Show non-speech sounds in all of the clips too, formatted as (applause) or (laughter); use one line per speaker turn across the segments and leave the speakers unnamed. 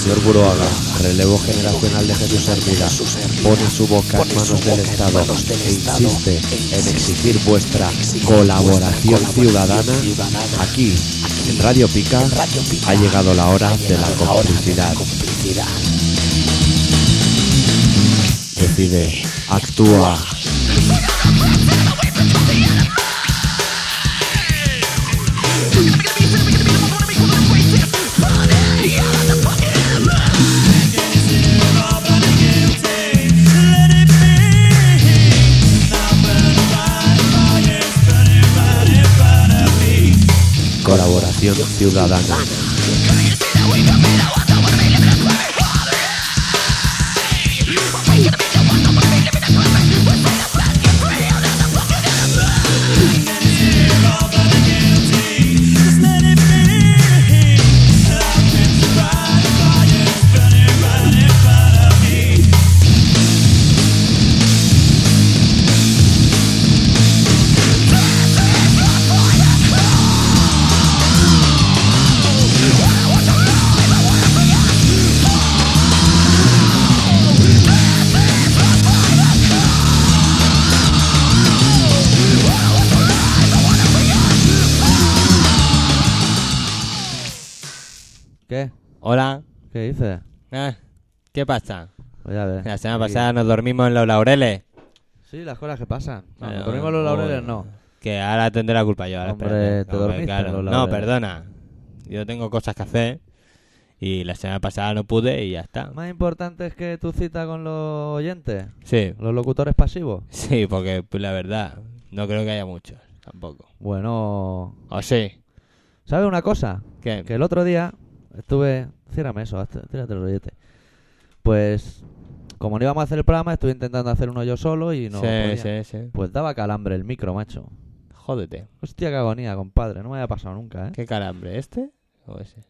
señor Buruaga, relevo generacional de Jesús Hermida, pone su boca en manos del Estado e insiste en exigir vuestra colaboración ciudadana aquí, en Radio Pica, ha llegado la hora de la complicidad. Decide, actúa. Colaboración ciudadana.
¿Qué?
Hola.
¿Qué dices?
Ah, ¿Qué pasa?
Pues ya ves.
La semana
Aquí.
pasada nos dormimos en los laureles.
Sí, las cosas que pasan. No,
Pero,
dormimos los laureles,
Eh, bueno.
no.
Que ahora tendré la culpa yo. Ahora
Hombre,
espérate.
te
Hombre,
dormiste en los
No,
laureles.
perdona. Yo tengo cosas que hacer. Y la semana pasada no pude y ya está.
Más importante es que tu cita con los oyentes,
Sí,
los locutores pasivos.
sí, porque pues, la verdad, no creo que haya muchos. Tampoco.
Bueno,
¿O sí?
¿sabes una cosa?
¿Qué?
Que el otro día estuve. Ciérrame eso, hazte- tírate el rollete. Pues, como no íbamos a hacer el programa, estuve intentando hacer uno yo solo y no.
sí,
podía.
sí, sí.
Pues daba calambre el micro, macho.
Jódete.
Hostia, qué agonía, compadre. No me había pasado nunca, ¿eh?
¿Qué calambre? ¿Este? ¿O ese?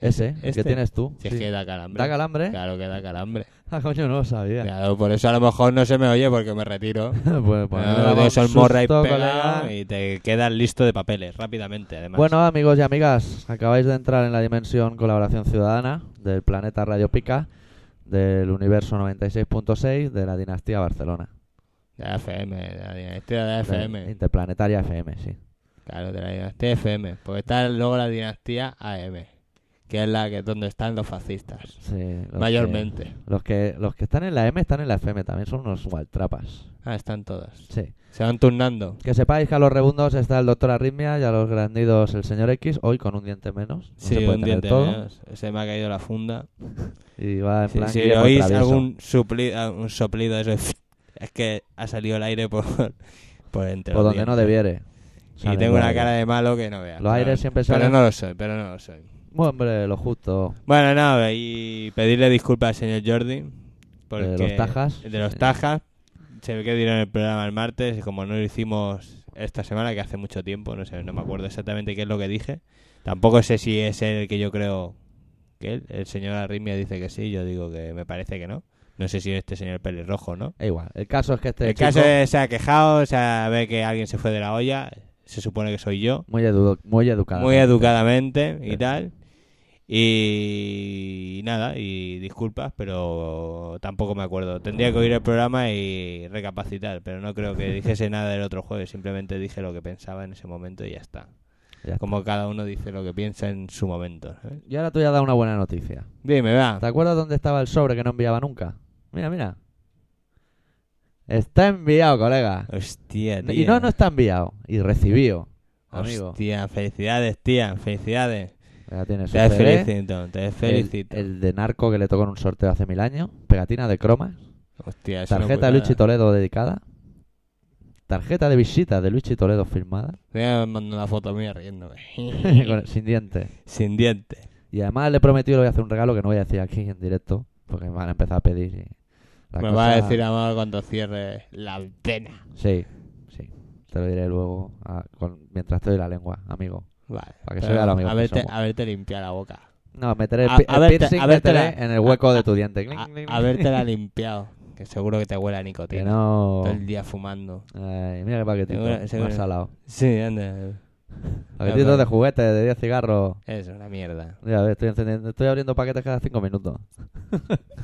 Ese, el
este.
que tienes tú.
Si
Sí.
es que da calambre.
¿Da calambre?
Claro que da calambre.
(laughs) Ah, coño, no lo sabía.
Claro, por eso a lo mejor no se me oye porque me retiro.
(laughs) pues, pues, me
Bueno,
daba un
tienes el morra ahí
susto,
pegado
colega.
y te quedas listo de papeles rápidamente, además.
Bueno, amigos y amigas, acabáis de entrar en la dimensión colaboración ciudadana del planeta Radio Pica, del universo 96.6 de la dinastía Barcelona.
de la FM, de la dinastía de la
De-
FM.
Interplanetaria FM, sí.
Claro, de la dinastía FM. Porque está luego la dinastía AM, que es la que donde están los fascistas,
Sí, los
mayormente.
que- los, que, los que están en la M están en la FM también, son unos gualtrapas.
Ah, están todas.
Sí.
Se van turnando.
Que sepáis que a los rebundos está el doctor Arritmia y a los grandidos el señor X, hoy con un diente menos. No se
Sí,
puede
un
tener
diente
todo.
menos. Se me ha caído la funda.
Y va en
Si,
plan
si
Guillermo
oís
Travieso.
algún supli- ah, un soplido, de eso, (laughs) es que ha salido el aire por, (laughs) por entre
por
los
donde no
dientes.
debiere.
Y
Sale
tengo
por
una
ahí.
cara de malo que no veas.
Los
pero-
aires siempre
Pero
salen-
no lo soy, pero no lo soy.
Bueno, hombre, lo justo.
Bueno, no, y pedirle disculpas al señor Jordi. Porque
De los tajas.
De los
Sí.
tajas. Se ve que dieron el programa el martes y como no lo hicimos esta semana, que hace mucho tiempo, no sé, no me acuerdo exactamente qué es lo que dije. Tampoco sé si es el que yo creo que él. El señor Arrimia dice que sí, yo digo que me parece que no. No sé si este señor pelirrojo, ¿no?
E igual, el caso es que este
el
chico,
caso es, se ha quejado, se ha- ve que alguien se fue de la olla. Se supone que soy yo
muy, edu- muy educado.
muy educadamente y
Sí.
tal. Y, nada, y disculpas, pero tampoco me acuerdo. Tendría que oír el programa y recapacitar, pero no creo que dijese nada del otro jueves. Simplemente dije lo que pensaba en ese momento y ya está.
Ya está.
Como cada uno dice lo que piensa en su momento. ¿sabes?
Y ahora tú ya has dado una buena noticia.
Dime, va.
¿Te acuerdas dónde estaba el sobre que no enviaba nunca? Mira, mira. Está enviado, colega.
Hostia, tío.
Y no, no está enviado. Y recibido. Amigo.
Eh, Hostia, felicidades, tía, felicidades.
Ya tienes
Te
un CD,
felicito, te
el-
felicito.
El, de narco que le tocó en un sorteo hace mil años. Pegatina de cromas.
Hostia, eso eh. no es
Tarjeta de Luigi
putada.
Toledo dedicada. Tarjeta de visita de Luigi Toledo firmada. (laughs)
Voy a mandar una foto mía riéndome.
con- sin dientes.
Sin dientes.
Y además le he prometido le voy a hacer un regalo que no voy a decir aquí en directo, porque me van a empezar a pedir. y la
Me
cosa-
va a decir Amado cuando cierre la antena.
Sí, sí. Te lo diré luego, a- con- mientras te doy la lengua, amigo.
Vale.
Para que se
pero
vea lo mismo
a,
que
verte,
somos.
a verte limpiar la boca.
No, meteré el,
A-
pi-
a
el
verte-
piercing
a verte
meteré
la-
en el hueco
a-
de tu diente. Cling,
A,
cling,
a verte la limpiado. Que seguro que te huele a
Que
nicotina.
no.
Todo el día fumando.
Ay, mira qué paquetito.
Seguro- seguro.
Más salado.
Sí, anda.
Paquetitos
vale.
de juguetes, de 10 cigarros.
Es
(laughs)
una mierda.
Ya ves, estoy, encendiendo- estoy abriendo paquetes cada 5 minutos.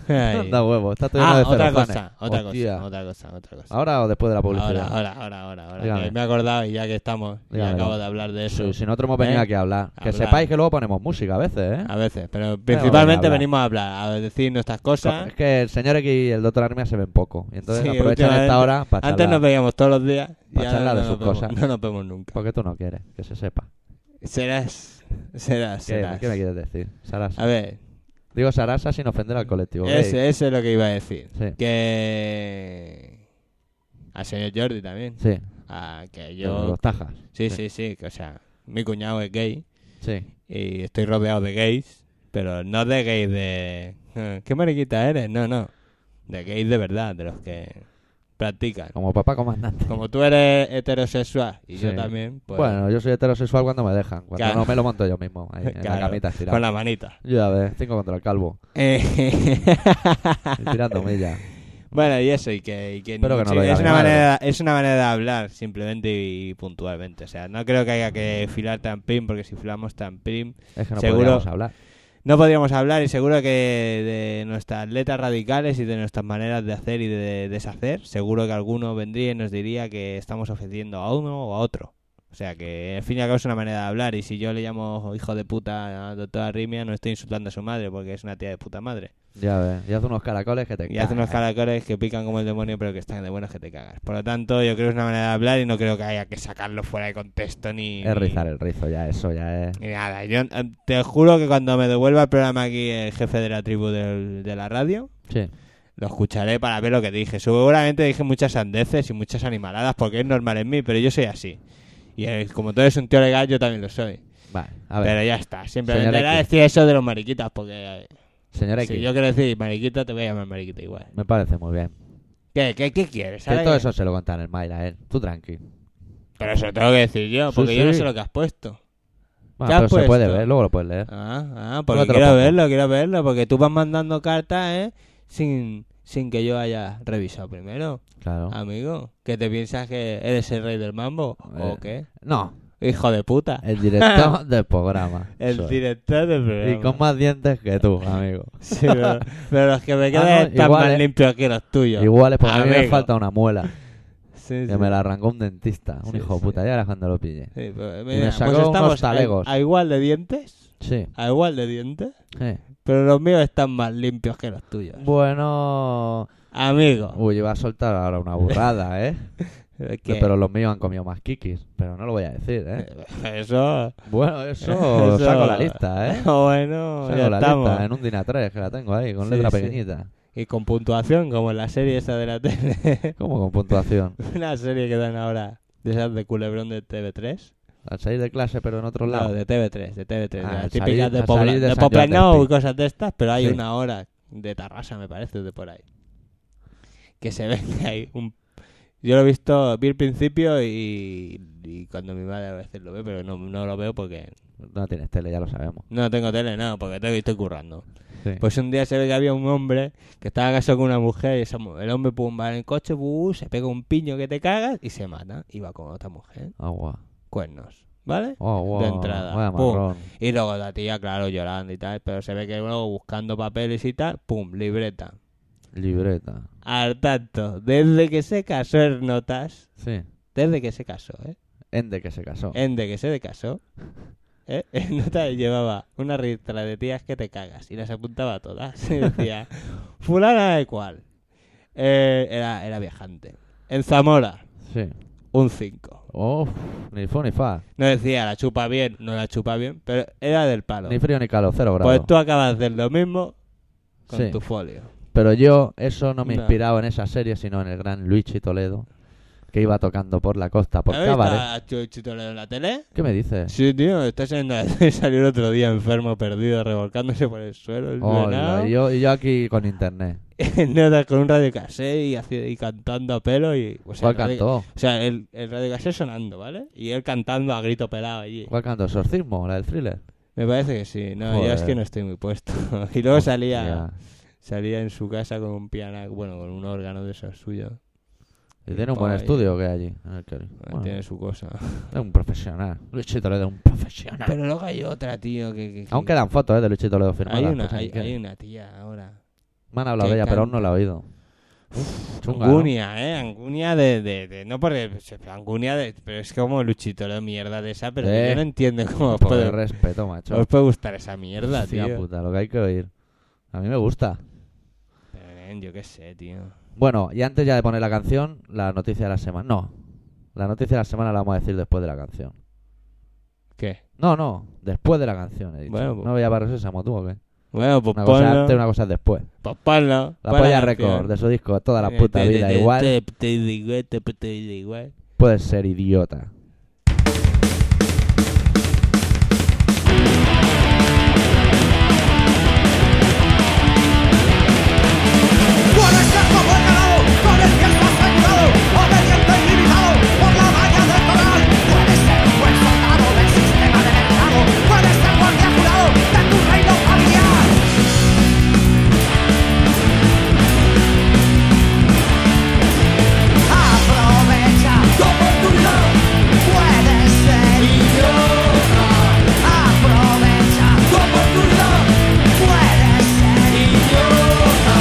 Ay.
da huevo, está todo lleno
Ah,
de
otra
celofanes.
cosa, otra
Hostia.
cosa, otra cosa, otra cosa.
¿Ahora o después de la
Ahora,
publicidad?
ahora, ahora, ahora. ahora,
Dígame.
que me he acordado y ya que estamos, y
Dígamelo.
acabo de hablar de eso.
Sí, si nosotros hemos venido
¿Eh?
aquí a hablar. Que
Hablar. Ah,
sepáis que luego ponemos música a veces, ¿eh?
A veces, pero principalmente
hablar.
venimos a hablar, a decir nuestras cosas.
Es que el señor X y el doctor Armia se ven poco. Y entonces
Sí,
aprovechan esta
últimamente.
hora para
Antes nos
charlar.
veíamos todos los días.
Pa'
ya
charlar
no
de
nos
sus
vemos-
cosas.
No nos vemos nunca.
Porque tú no quieres, que se sepa.
Serás, serás,
¿Qué,
serás.
qué me quieres decir? Sarasa.
A ver,
Digo Sarasa sin ofender al colectivo. gay.
ese, ese es lo que iba a decir.
Sí.
Que... Al señor Jordi también.
Sí,
A que
yo...
yo...
los tajas.
Sí,
sí.
sí, sí, que, o sea, mi cuñado es gay
Sí.
y estoy rodeado de gays, pero no de gays de... "Ah, ¿Qué mariquita eres? No, no. De gays de verdad, de los que practican.
Como papá comandante.
Como tú eres heterosexual y yo
Sí.
también, pues...
Bueno, yo soy heterosexual cuando me dejan. Cuando
Claro.
no me lo monto yo mismo. Ahí, en la
Claro,
camita estirado.
Con la manita.
Ya ves, cinco contra el calvo.
Eh,
(laughs)
(laughs)
Y tirando millas.
bueno, y eso, y que, y que-
Espero que no
sí,
lo diga
es,
mi
una
madre.
manera, es una manera de hablar simplemente y puntualmente. O sea, no creo que haya que filar tan prim, porque si filamos tan prim,
Es que no
(laughs) Seguro.
podríamos hablar.
no podríamos hablar. Y seguro que de nuestras letras radicales y de nuestras maneras de hacer y de deshacer, seguro que alguno vendría y nos diría que estamos ofendiendo a uno o a otro. O sea, que al fin y al cabo es una manera de hablar. Y si yo le llamo hijo de puta a doctora Rimia, no estoy insultando a su madre, porque es una tía de puta madre.
Ya ves. Y hace unos caracoles que te
Y hace unos
cagas.
caracoles que pican como el demonio, pero que están de buenos que te cagas. Por lo tanto, yo creo que es una manera de hablar y no creo que haya que sacarlo fuera de contexto ni.
Es rizar el rizo, ya eso, ya es.
ni- ni nada. Yo eh, te juro que cuando me devuelva el programa aquí el jefe de la tribu del- de la radio,
Sí.
lo escucharé para ver lo que dije. Seguramente dije muchas sandeces y muchas animaladas porque es normal en mí, pero yo soy así. Y eh, como tú eres un tío legal, yo también lo soy.
Vale, a ver.
Pero ya está. Simplemente
Señor
era
X.
decir eso de los mariquitas porque. eh,
Señora X,
Si yo quiero decir mariquita, te voy a llamar mariquita igual.
me parece muy bien.
¿Qué, qué, qué quieres?
Que
Ahora
todo
ya-
eso se lo contan en el mail a él. Tú tranqui.
Pero eso tengo que decir yo,
Sí,
porque yo no
sí.
sé lo que has puesto.
Bueno,
has
pero se puede
puesto?
ver, luego lo puedes leer.
Ah, ah,
Luego
porque
te lo
quiero
pongo.
verlo, quiero verlo, porque tú vas mandando cartas, ¿eh? Sin, sin que yo haya revisado primero,
Claro.
amigo. ¿Que te piensas que eres el rey del mambo?
Eh.
¿O qué?
No,
Hijo de puta.
el
(laughs)
director del programa.
El
Soy.
director del
Y
programa.
con más dientes que tú, amigo.
(laughs) Sí, pero, pero los que me quedan
(laughs) Ah, no,
están
igual,
más
eh.
limpios que los tuyos.
Igual es porque a mí me
Amigo.
falta una muela.
Sí,
Que
sí.
me la arrancó un dentista, un
Sí,
hijo de
sí.
puta. Ya era cuando lo pille.
Sí, pero
me
mira,
sacó
pues
unos
estamos a-
talegos.
a igual de dientes,
Sí.
a igual de dientes,
eh.
pero los míos están más limpios que los tuyos.
Bueno.
Amigo.
Uy, iba a soltar ahora una
(laughs)
burrada, ¿eh?
¿Qué?
Pero los míos han comido más kikis. Pero no lo voy a decir, ¿eh?
Eso. (laughs)
Bueno, eso,
Eso-
saco la lista, ¿eh?
Bueno,
Saco
ya
la
estamos.
lista ¿eh? en un DINA 3 que la tengo ahí, con
Sí,
letra
sí.
pequeñita.
Y con puntuación, como en la serie esa de la (laughs) tele.
¿Cómo con puntuación?
Una serie que dan ahora de esas de culebrón de TV3.
Al salir de clase, pero en otro
No,
lado.
de TV3, de TV3.
Ah,
de
al
las típicas
salir-
de
al
Pobla-
salir de
de
San Juan
Poblenou
Despí.
y cosas de estas, pero hay
Sí.
una hora de Tarrasa, me parece, de por ahí. Que se (laughs) ve que hay un. Yo lo he visto, vi el principio y, y cuando mi madre a veces lo ve, pero no, no lo veo porque
No tienes tele, ya lo sabemos.
no tengo tele, no, porque tengo que estoy currando.
Sí.
Pues un día se ve que había un hombre que estaba casado con una mujer y esa mu- el hombre pum, va en el coche, bu, se pega un piño que te cagas y se mata. Y va con otra mujer,
Agua.
cuernos, ¿vale?
Oh, wow.
De entrada.
Vaya
Pum.
marrón.
Y luego la tía, claro, llorando y tal, pero se ve que luego buscando papeles y tal, pum, libreta.
Libreta.
Al tanto, desde que se casó en notas,
Sí.
desde que se casó, ¿eh?
Ende que se casó.
En de que se casó, ¿eh? (laughs) En nota llevaba una ristra de tías que te cagas y las apuntaba todas. (laughs) Y decía, fulana de cual. Eh, era, era viajante. En Zamora,
Sí.
un 5.
Uf, ni fu ni fa.
No decía, la chupa bien, no la chupa bien, pero era del palo.
Ni frío ni calor, cero grados.
Pues tú acabas de hacer lo mismo con
Sí.
tu folio.
Pero yo, eso no me
No.
inspiraba en esa serie, sino en el gran Luigi Toledo, que iba tocando por la costa, por
¿Has visto
Cabaret.
a Chuchi Toledo en la tele?
¿Qué me dices?
Sí, tío, está saliendo a (laughs) salió el otro día enfermo, perdido, revolcándose por el suelo. el
Hola,
venado.
y yo, y yo aquí con internet.
(laughs) Nada, con un radio y, haci- y cantando a pelo y... O sea,
¿Cuál
el radio-
cantó?
o sea, el, el radio sonando, ¿vale? Y él cantando a grito pelado allí.
¿Cuál cantó? ¿Sorcismo? ¿La del thriller?
Me parece que sí. No, yo es
Joder.
que no estoy muy puesto. (laughs) y luego salía
Hostia.
salía en su casa con un piano, bueno, con un órgano de esos suyos.
Y tiene un buen
Ahí.
estudio que hay allí. en el Cali. Bueno,
Tiene su cosa.
Es un profesional. Luchito Toledo es un profesional.
Pero luego hay otra, tío, que... que- que-
Aún quedan fotos eh, de Luchito Toledo firmadas.
hay una,
por si
hay,
quieren.
hay una tía ahora.
Me han hablado
que
de ella, pero aún no
canta.
la he oído. Chunga, ¿no?
Angunia, eh, Angunia de, de, de- no porque Angunia de, pero es como Luchito la mierda de esa, pero
Eh.
yo no entiendo cómo os
Por
puede,
el respeto, macho.
os puede gustar esa mierda,
Hostia
tío.
puta, lo que hay que oír. A mí me gusta.
Pero, nen, yo qué sé, tío.
Bueno, y antes ya de poner la canción, la noticia de la semana. No, la noticia de la semana la vamos a decir después de la canción.
¿Qué?
No, no, después de la canción, he dicho.
Bueno, pues-
no veía para Sésamo, tú o qué.
Bueno, pues
Una cosa
ponlo,
antes, una cosa después.
pues ponlo.
La
pon
polla
canción.
récord de su disco, toda la
Eh,
puta
te-
vida
te-
igual.
te- te da igual, te- te da igual.
Puedes ser idiota.
Por el campo fue ganado, con el gesto sangrado, obediente y limitado, por la valla del corral. Puedes ser un buen soldado del sistema del Estado, puedes ser guardia jurado de tu reino familiar. Aprovecha tu oportunidad, puedes ser idiota. Aprovecha tu oportunidad, puedes ser idiota.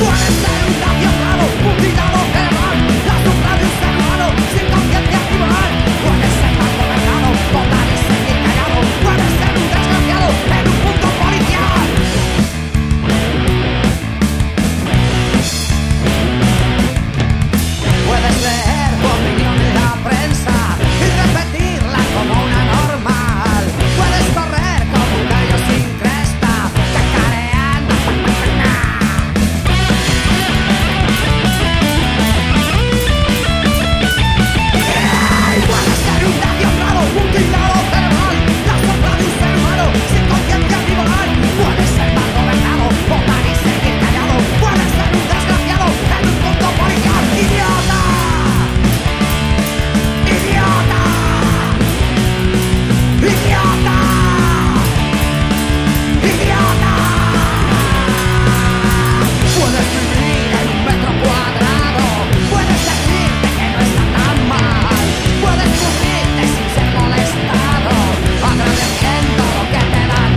Puedes ser un aficionado, mutilado general, la sombra de un ser humano sin conciencia tribal. Puedes ser mal gobernado, votar y seguir callado. Puedes ser un desgraciado en un punto policial. Puedes leer tu opinión en la prensa y repetirla como una normal. Puedes correr como un gallo sin cresta, cacareando. Puedes ser un aficionado, un tildado cerebral, la sombra de un ser humano sin conciencia tribal. Puedes ser mal gobernado, votar y seguir callado. Puedes ser un desgraciado en un punto policial. ¡Idiota! ¡Idiota! ¡Idiota! ¡Idiota! Puedes vivir en un metro cuadrado, puedes decirte que no está tan mal, puedes cubrirte sin ser molestado, agradeciendo lo que te dan.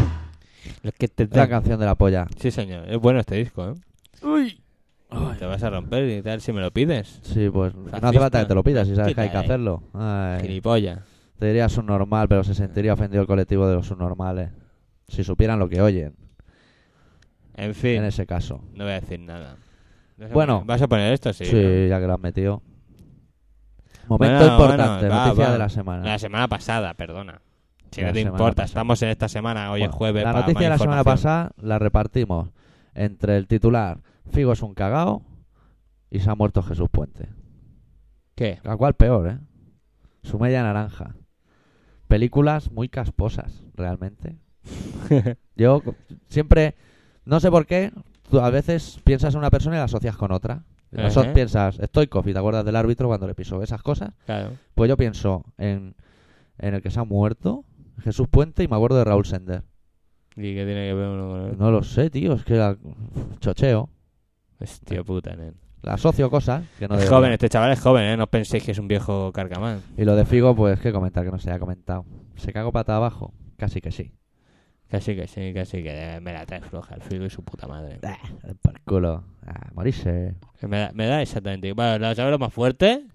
Lo que te
Es la
dan.
canción de la polla.
Eh, Sí, señor. Es bueno este disco, ¿eh?
Uy.
Te vas a romper y tal si me lo pides.
Sí, pues no hace
Fascista. eh.
falta que te lo pidas si sabes que hay que
Quítale.
hacerlo. Ay.
Gilipollas.
Te diría subnormal, pero se
Eh.
sentiría ofendido el colectivo de los subnormales. Si supieran lo que oyen,
En
en
fin,
ese caso.
no voy a decir nada. Vas a
Bueno.
poner- ¿Vas a poner esto? Sí.
Sí,
¿no?
ya que lo has metido. Momento
Bueno,
importante,
bueno, va,
noticia
va. Ah,
de la semana.
La semana pasada, perdona. Si
La
no te
semana
importa,
pasada.
estamos en esta semana, hoy
Bueno,
es jueves.
La
para
noticia
más
de la semana
información.
pasada la repartimos entre el titular Figo es un cagao y se ha muerto Jesús Puente.
¿Qué?
La cual peor, ¿eh? Su media naranja. Películas muy casposas,
(laughs)
realmente. Yo co- siempre, no sé por qué, tú a veces piensas en una persona y la asocias con otra. No so-
Ajá.
piensas, estoy coffee, ¿te acuerdas del árbitro cuando le pisó esas cosas?
Claro.
Pues yo pienso en, en el que se ha muerto, Jesús Puente, y me acuerdo de Raúl Sender.
¿Y qué tiene que ver uno con el otro?
No lo sé, tío, es que la- chocheo,
Hostia puta, nen.
la asocio cosas que no
es
debo.
joven, este chaval es joven, ¿eh? No penséis que es un viejo carcamán.
Y lo de Figo, pues que comentar que no se haya comentado. Se cago pata abajo, casi que sí.
Casi que sí, casi que eh, me la trae floja el filo y su puta madre.
Por culo, ah, morirse.
Me da, me da exactamente. Bueno, lo- ¿sabes lo más fuerte?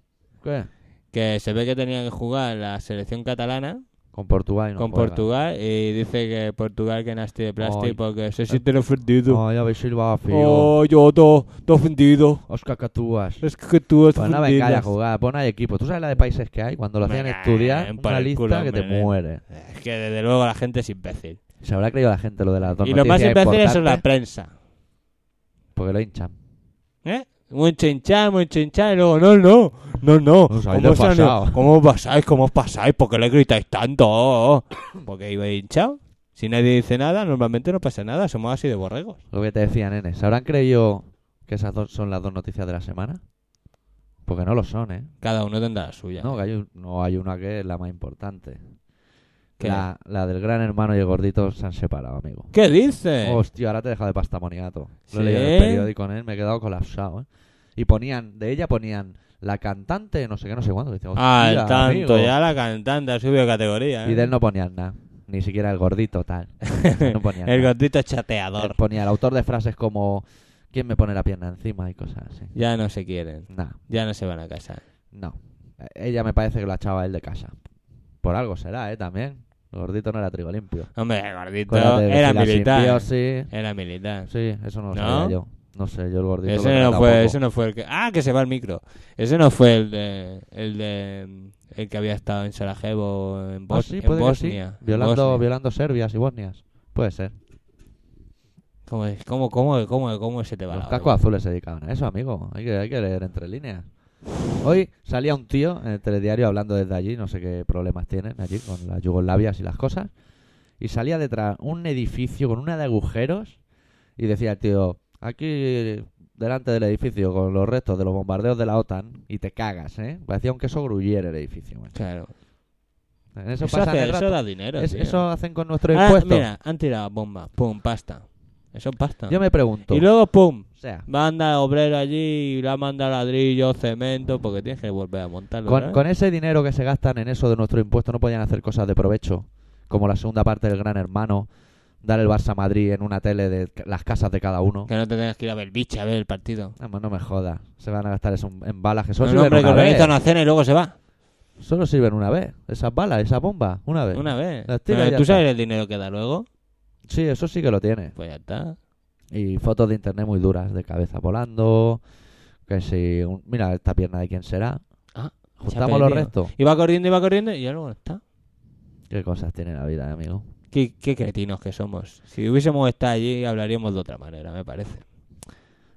¿Qué?
Que se ve que tenía que jugar la selección catalana
Con Portugal y no
con
juega.
Portugal y dice que Portugal que nasty de plástico
Ay.
porque se siente ofendido.
Ay, habéis silbado a Oh, Figo.
Oh, yo te, te he ofendido.
Os cacatúas.
Es que tú has
Pues no me calles a jugar, pon hay equipo. ¿Tú sabes la de países que hay? Cuando lo hacían
Venga,
estudiar,
ven para
una
el
lista
culo,
que te
hombre, eh. ven.
muere.
Es que desde luego la gente es imbécil.
Se habrá creído la gente lo de las dos
y lo más
noticias
imbécil es la
importantes,
prensa.
Porque lo hinchan.
¿Eh? Muy chinchán, muy chinchán, y luego, no, no, no, no.
Os habéis
¿Cómo, os han-
desfasado.
¿Cómo os pasáis? ¿Cómo os pasáis? ¿Por qué le gritáis tanto? Oh, oh. Porque iba hinchado. Si nadie dice nada, normalmente no pasa nada. Somos así de borregos.
Lo que te decía, nene. ¿Se habrán creído que esas dos son las dos noticias de la semana? Porque no lo son, ¿eh?
Cada uno tendrá la suya.
No, que hay, un- no, hay una que es la más importante.
¿Qué?
La, la del gran hermano y el gordito se han separado, amigo.
¿Qué dices?
Hostia, ahora te he dejado de pasta moniato. Lo he
Eh. ¿Sí?
leído en el periódico, nene. Me he quedado colapsado, ¿eh? Y ponían, de ella ponían la cantante, no sé qué, no sé cuándo. Dice,
Ah, el
"Hostia,
tanto,
amigo".
ya la cantante ha subido de categoría. ¿eh?
Y de él no ponían nada. Ni siquiera el gordito,
(laughs)
tal. No ponían
el
nada.
gordito
Él
chateador.
ponía el autor de frases como: ¿Quién me pone la pierna encima? y cosas así.
Ya no se quieren,
Nah,
ya no se van a casar.
no. Eh, Ella me parece que lo echaba él de casa. Por algo será, ¿eh? También. El gordito no era trigo limpio.
Hombre, el gordito
Con la de
era
la
militar.
simbiosis.
Era militar.
Sí, eso no lo
¿No?
sabía yo. No sé, yo el gordito. lo
Ese no,
trataba
fue,
poco.
ese no fue el que... Ah, que se va el micro. Ese no fue el de... El, de, el que había estado en Sarajevo, en,
Ah,
Bos-
sí,
en
puede que sí.
Bosnia. en
Violando,
Bosnia.
violando serbias y bosnias. Puede ser.
¿Cómo, es? ¿Cómo, cómo, cómo, cómo se te va
Los
la
cascos
olla?
azules se dedicaban a eso, amigo. Hay que, hay que leer entre líneas. Hoy salía un tío en el telediario hablando desde allí, no sé qué problemas tienen allí con las yugoslavias y las cosas. Y salía detrás un edificio con una de agujeros y decía el tío, aquí delante del edificio con los restos de los bombardeos de la OTAN y te cagas, ¿eh? Parecía un queso gruyere el edificio. macho.
Claro.
En eso,
Eso,
pasa
hace-
en el
eso
rato.
da dinero,
Es-
tío.
eso hacen con nuestro
Ah,
impuesto.
mira, han tirado bomba. Pum, pasta. Eso es pasta.
Yo me pregunto,
Y luego, pum,
o sea,
manda obrero allí y la manda ladrillo, cemento, porque tienes que volver a montarlo.
Con,
¿verdad?
con ese dinero que se gastan en eso de nuestro impuesto no podían hacer cosas de provecho, como la segunda parte del Gran Hermano, dar el Barça a Madrid en una tele de ca- las casas de cada uno.
Que no te tengas que ir a ver biche a ver el partido.
Vamos, no me jodas, se van a gastar eso en balas que solo
Un
sirven
hombre que
una vez.
organiza una cena y luego se va.
Solo sirven una vez, esas balas, esas bombas, una vez.
Una vez.
Las tira
Pero
y ya
¿Tú
está.
sabes el dinero que da luego?
Sí, eso sí que lo tiene.
Pues ya está.
Y fotos de internet muy duras, de cabeza volando, que si... un- mira esta pierna de quién será.
Ah,
Juntamos los
perdido.
restos.
Y va corriendo, y va corriendo y ya luego no está.
Qué cosas tiene la vida, eh, amigo.
¿Qué, qué cretinos que somos. Si hubiésemos estado allí hablaríamos de otra manera, me parece.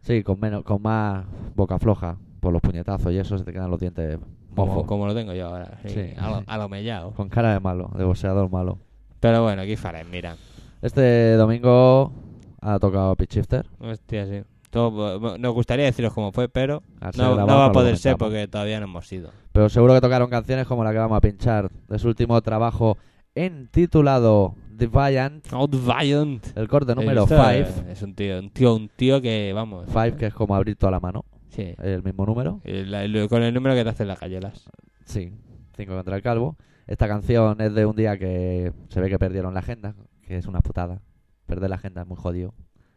Sí, con menos, con más boca floja por los puñetazos y eso se te quedan los dientes mofos.
Como, como lo tengo yo ahora. sí,
Sí.
A, lo, a lo mellao.
Con cara de malo, de boxeador malo.
Pero bueno, aquí Fares, mira.
Este domingo ha tocado Pitch Shifter.
Hostia, sí. Todo- bo- nos gustaría deciros cómo fue, pero
Al ser
no, no
grabado
va a
lo
poder ser
comentamos.
porque todavía no hemos ido.
Pero seguro que tocaron canciones como la que vamos a pinchar de su último trabajo entitulado Defiant,
Outviant.
el corte número
Este
5.
Es un tío, un tío, un tío que, vamos.
5 que es como abrir toda la mano,
Sí.
el mismo número.
El- el- con el número que te hacen las gallelas.
Sí, 5 contra el calvo. Esta canción es de un día que se ve que perdieron la agenda, que es una putada. Perder la agenda es muy jodido,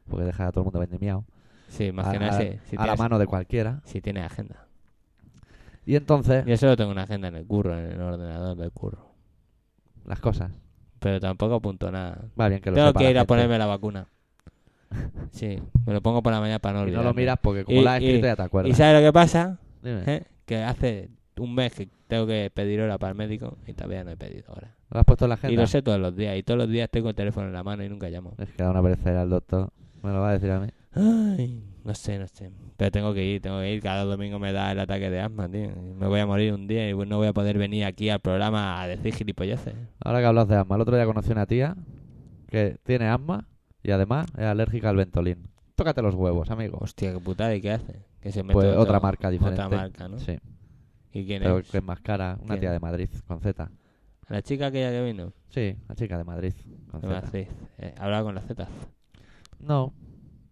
porque deja a todo el mundo vendimiado.
Sí,
a, a-
imagínate si,
a la
tienes-
mano de cualquiera.
si tiene agenda.
Y entonces,
Yo solo tengo una agenda en el curro, en el ordenador del curro.
las cosas.
Pero tampoco apunto nada.
Va bien que lo
tengo
sepa
que
la
ir a
gente.
ponerme la vacuna. Sí, me lo pongo por la mañana para no
Y
olvidar.
no lo miras porque como
Y-
la has
y-
escrito ya te
¿Y
acuerdas.
sabes lo que pasa?
Dime,
¿Eh? Que hace un mes que tengo que pedir hora para el médico y todavía no he pedido hora.
¿Lo has puesto en la
Y
agenda?
lo sé todos los días. Y todos los días tengo el teléfono en la mano y nunca llamo.
Es que da una pereza al doctor. Me lo va a decir a mí.
Ay, no sé, no sé. Pero tengo que ir, tengo que ir. Cada domingo me da el ataque de asma, tío. Y Me voy a morir un día y no voy a poder venir aquí al programa a decir gilipolleces.
Ahora que hablas de asma, el otro día conocí una tía que tiene asma y además es alérgica al ventolín. Tócate los huevos, amigo.
Hostia, qué putada, ¿y qué hace? Que se mete
Pues
otro-
otra marca diferente.
Pues Otra marca, ¿no?
Sí,
¿Y quién
pero
es?
que es más cara. Una
¿Quién?
tía de Madrid, con Z.
La chica aquella que vino.
Sí, la chica de Madrid, con
De
Z.
Madrid. Eh, hablaba con la Z.
No,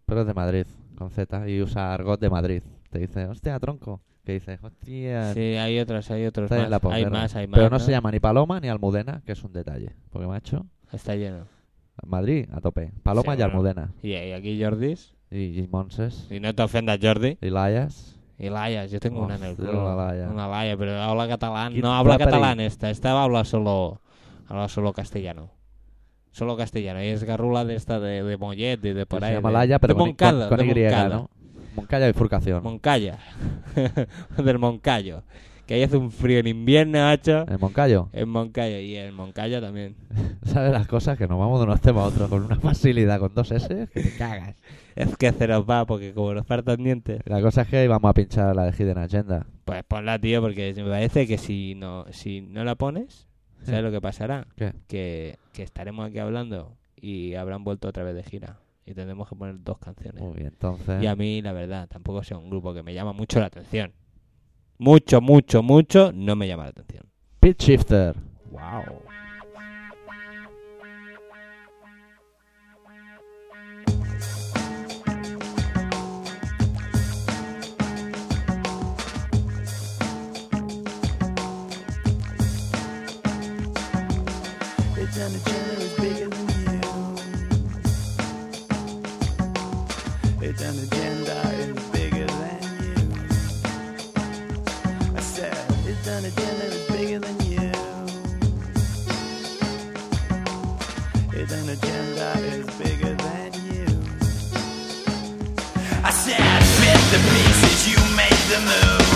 pero es de Madrid, con Z, y usa argot de Madrid. Te dice, hostia, tronco. Que dice, hostia,
Sí, hay otros, hay otros.
Ah, está en
Más.
la
hay
posguerra".
más, hay más.
Pero no, se llama ni Paloma ni Almudena, que es un detalle. Porque, macho,
Está lleno.
Madrid a tope. Paloma
Sí,
y
bueno.
Almudena.
Y, y aquí Jordis.
Y, y Monses,
Y no te ofendas, Jordi.
y Layas.
Y Laya, yo tengo una en el
Hostia,
culo.
la Laia.
Una Laia, pero habla catalán.
Quit
No habla
Clapper y-
catalán esta. Esta habla solo, habla solo castellano. Solo castellano. Y es garrula de esta de, de Mollet y de por
que
ahí.
se llama
de-
Laya, pero
de
con,
Moncada.
con- con
de
Y,
Moncada.
¿no? Moncada y bifurcación.
Moncaya. (laughs) Del Moncayo. Que ahí hace un frío en invierno, macho.
en Eh, Moncayo.
En Moncayo. Y en Moncayo también.
¿Sabes las cosas? Que nos vamos de unos temas a otros con una facilidad, con dos S, que te cagas.
(laughs) Es que se nos va porque como nos faltan dientes.
La cosa es que íbamos a pinchar la de Hidden Agenda.
Pues ponla, tío, porque me parece que si no, si no la pones, ¿sabes lo que pasará?
¿Qué?
Que, que estaremos aquí hablando y habrán vuelto otra vez de gira. Y tendremos que poner dos canciones.
Uy, entonces...
Y a mí, la verdad, tampoco sea un grupo que me llama mucho la atención. Mucho, mucho, mucho no me llama la atención.
Pitch Shifter.
Wow.
Thank
the dinner's bigger than you. It's an agenda is bigger than you. I said, fit the pieces, you make the move.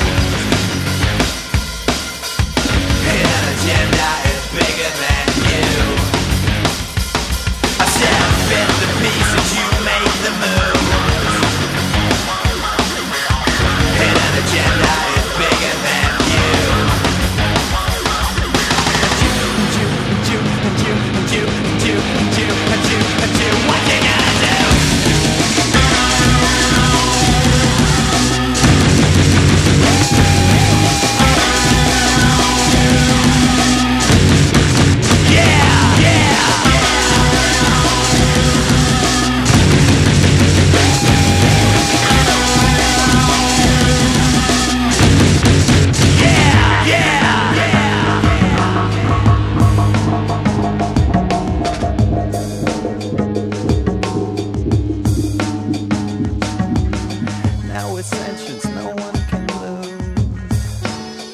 An agenda is bigger than you. I said, fit the pieces, you make the move. An agenda is bigger than you. What you gonna do? Now with sanctions, no one can lose.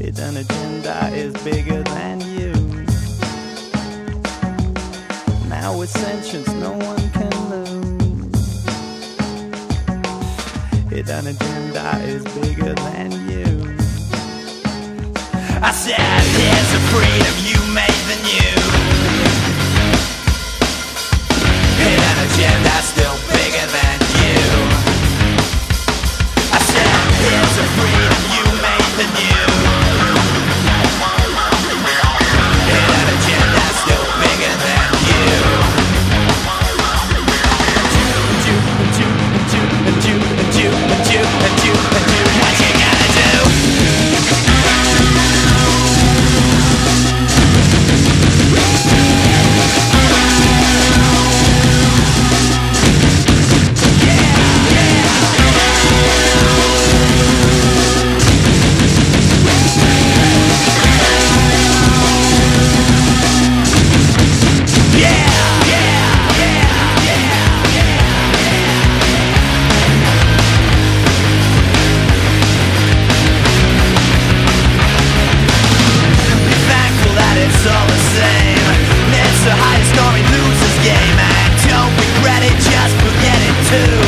It's an agenda is bigger than you. Now with sanctions, no one can lose. It's an agenda is bigger than you. I said, here's the freedom you made the new. Hit an agenda still bigger than you. I said, here's a freedom you made the new. Hit an agenda still bigger than you. What you gonna do? thankful that it's all the same. It's a high story losers game, and don't regret it, just forget it too.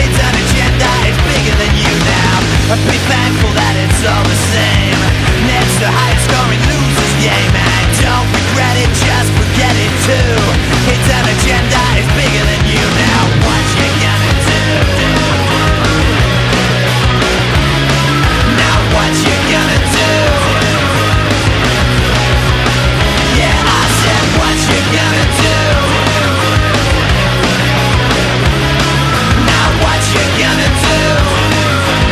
It's an agenda, it's bigger than you now. But be thankful that it's all the same. It's a high story losers game, and don't regret it, just forget it too. It's an agenda, it's bigger than you now. What you gonna do? Now what you gonna do? Yeah, I said, what you gonna do? Now what you gonna do?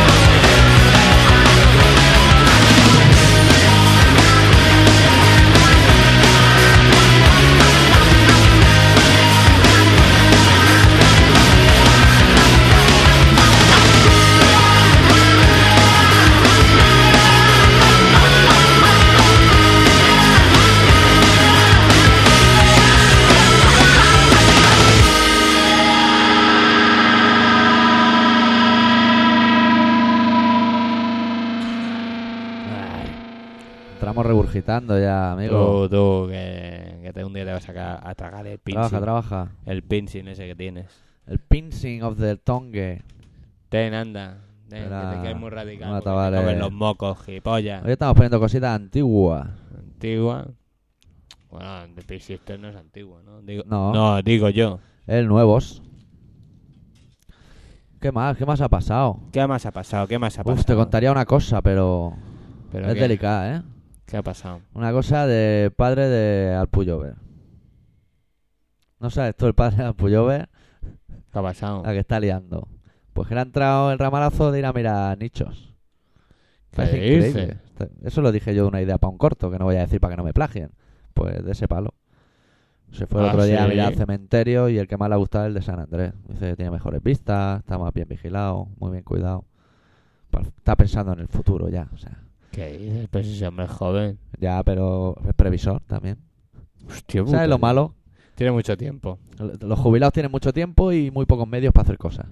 Entramos regurgitando ya, amigo.
Tú, tú, que, que te- un día te vas a, ca- a tragar el
trabaja,
pinching.
trabaja.
El pinching ese que tienes.
El pincing of the tongue.
Ten, anda. Ten,
Era-
que te quedes muy radical.
una
porque te
tabale-
comen los mocos, gilipollas.
Hoy estamos poniendo cositas antiguas.
Antigua. Bueno, el Pig Sister no es antiguo, ¿no? Digo,
No.
no, digo yo.
El nuevos. ¿Qué más? ¿Qué más ha pasado?
¿Qué más ha pasado? ¿Qué más ha pasado?
Uf, te contaría una cosa, pero,
Pero
es
qué-
delicada, ¿eh?
¿Qué ha pasado?
Una cosa de padre de Alpuyover. ¿No sabes tú el padre de Alpuyover?
¿Qué ha pasado?
La que está liando. Pues que le ha entrado el ramalazo de ir a mirar nichos.
¿Qué
Parece
dices?
increíble. Está- Eso lo dije yo de una idea para un corto, que no voy a decir para que no me plagien. Pues de ese palo. Se fue el
Ah,
otro día a
¿sí?
mirar el cementerio y el que más le ha gustado es el de San Andrés. Dice que tiene mejores vistas, está más bien vigilado, muy bien cuidado. Pa- Está pensando en el futuro ya, o sea.
¿Qué dices? Pero si ese hombre es joven.
Ya, pero es previsor también.
Hostia, puta,
¿Sabes lo
tío.
malo?
Tiene mucho tiempo.
Los jubilados tienen mucho tiempo y muy pocos medios para hacer cosas.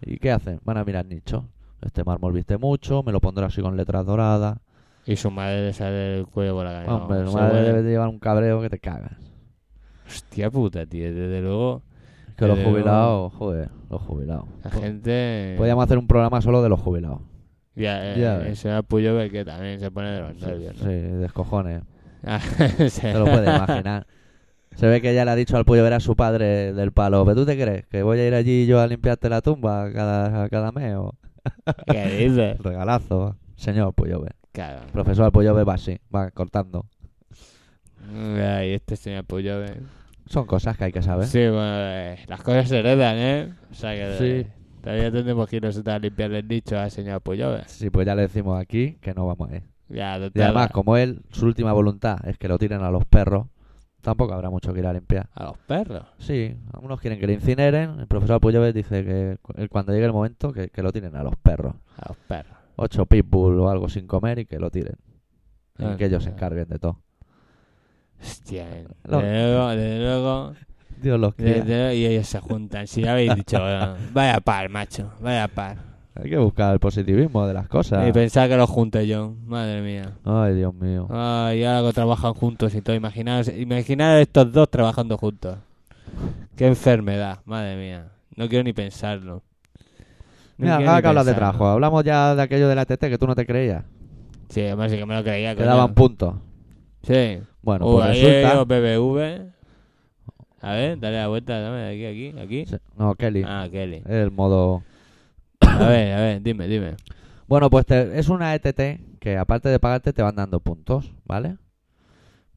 ¿Y qué hacen? Van a mirar nichos. Este mármol viste mucho, me lo pondrá así con letras doradas.
Y su madre le sale el cuello por la calle.
Hombre,
no,
su
se
madre
puede.
debe de llevar un cabreo que te cagas.
Hostia puta, tío. Desde luego,
Es que los
Desde luego.
jubilados, joder, los jubilados.
la gente.
Podríamos hacer un programa solo de los jubilados.
Ya, eh,
Ya ves.
ese apoyo que también se pone de los nervios. Pues ¿no? (laughs)
Sí, descojones.
Ah, (laughs) se-
Te lo puedes
(laughs)
imaginar. Se ve que ya le ha dicho al pollo ver a su padre del palo. ¿Pero tú te crees que voy a ir allí yo a limpiarte la tumba cada, cada mes? o-?"
¿Qué dices?
Regalazo. Señor Puyove.
Claro.
Profesor Puyove va así, va cortando.
Ay, este señor apoyo. ¿eh?
Son cosas que hay que saber.
Sí, bueno, eh, las cosas se heredan, ¿eh? O sea que
Sí.
todavía tendremos que irnos a limpiarle el nicho al señor Puyove.
Sí, pues ya le decimos aquí que no vamos a ir.
Ya,
Y
total.
además, como él, su última voluntad es que lo tiren a los perros, tampoco habrá mucho que ir a limpiar.
A los perros.
Sí, algunos quieren que le incineren. El profesor Puyove dice que cu- él cuando llegue el momento que, que lo tiren a los perros.
A los perros.
Ocho pitbull o algo sin comer y que lo tiren. Y
Ah,
que ellos se
ah.
encarguen de todo.
Hostia, eh.
Lo-
desde luego, desde luego,
Dios los
desde
quiera.
luego- y ellos se juntan. Si ya habéis dicho, eh, vaya par, macho, vaya par.
Hay que buscar el positivismo de las cosas.
Y pensar que los junte yo, madre mía.
Ay, Dios mío.
Ay, ahora que Ah, trabajan juntos y todo. Imaginaos, imaginar estos dos trabajando juntos. Qué enfermedad, madre mía. No quiero ni pensarlo. No
Mira,
quiero
ahora
ni
que hablas de
pensarlo.
trabajo, hablamos ya de aquello de la TT que tú no te creías.
Sí, además sí que me lo creía.
Que
coño.
daban puntos.
Sí.
Bueno,
Uh,
pues
ahí
resulta.
veo BBV. A ver, dale la vuelta, dame de aquí, aquí, aquí.
Sí, No, Kelly.
Ah, Kelly.
El modo.
A ver, a ver, dime, dime.
Bueno, pues te- es una ETT que aparte de pagarte te van dando puntos, ¿vale?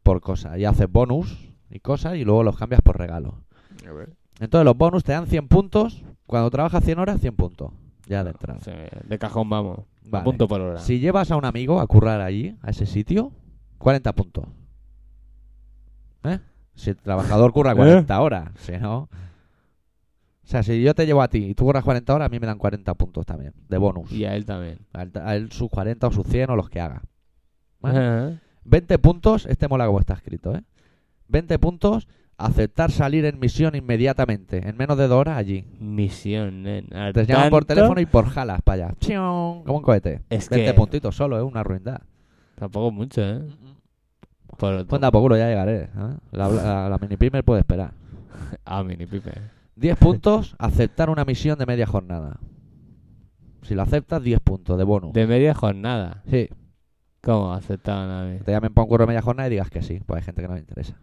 Por cosa. Y haces bonus y cosas y luego los cambias por regalo.
A ver.
Entonces los bonus te dan 100 puntos. Cuando trabajas 100 horas, 100 puntos. Ya de entrada.
de cajón vamos.
Vale.
Punto por hora.
Si llevas a un amigo a currar allí, a ese sitio, 40 puntos. ¿Eh? Si el trabajador
(laughs) ¿Eh?
curra 40 horas, si no. O sea, si yo te llevo a ti y tú curras 40 horas, a mí me dan 40 puntos también, de bonus.
Y a él también.
A él- a él sus 40 o sus 100 o los que haga. Vale.
Ajá.
20 puntos, este mola como está escrito, ¿eh? 20 puntos, aceptar salir en misión inmediatamente, en menos de dos horas allí.
(laughs) Misión, nen. Al
Te llaman por
tanto,
teléfono y por jalas para allá. ¡Chiong! Como un cohete.
Es
20
que
puntitos solo, es una ruindad.
tampoco mucho, ¿eh? Por otro-
Pues nada, por culo, ya llegaré. ¿eh? La, la, la mini primer puede esperar.
Ah, mini pipe.
10 puntos, aceptar una misión de media jornada. Si la aceptas, 10 puntos de bonus.
De media jornada.
Sí,
¿Cómo aceptaban a mí?
que te llamen para un curro de media jornada y digas que sí. Pues hay gente que no le interesa.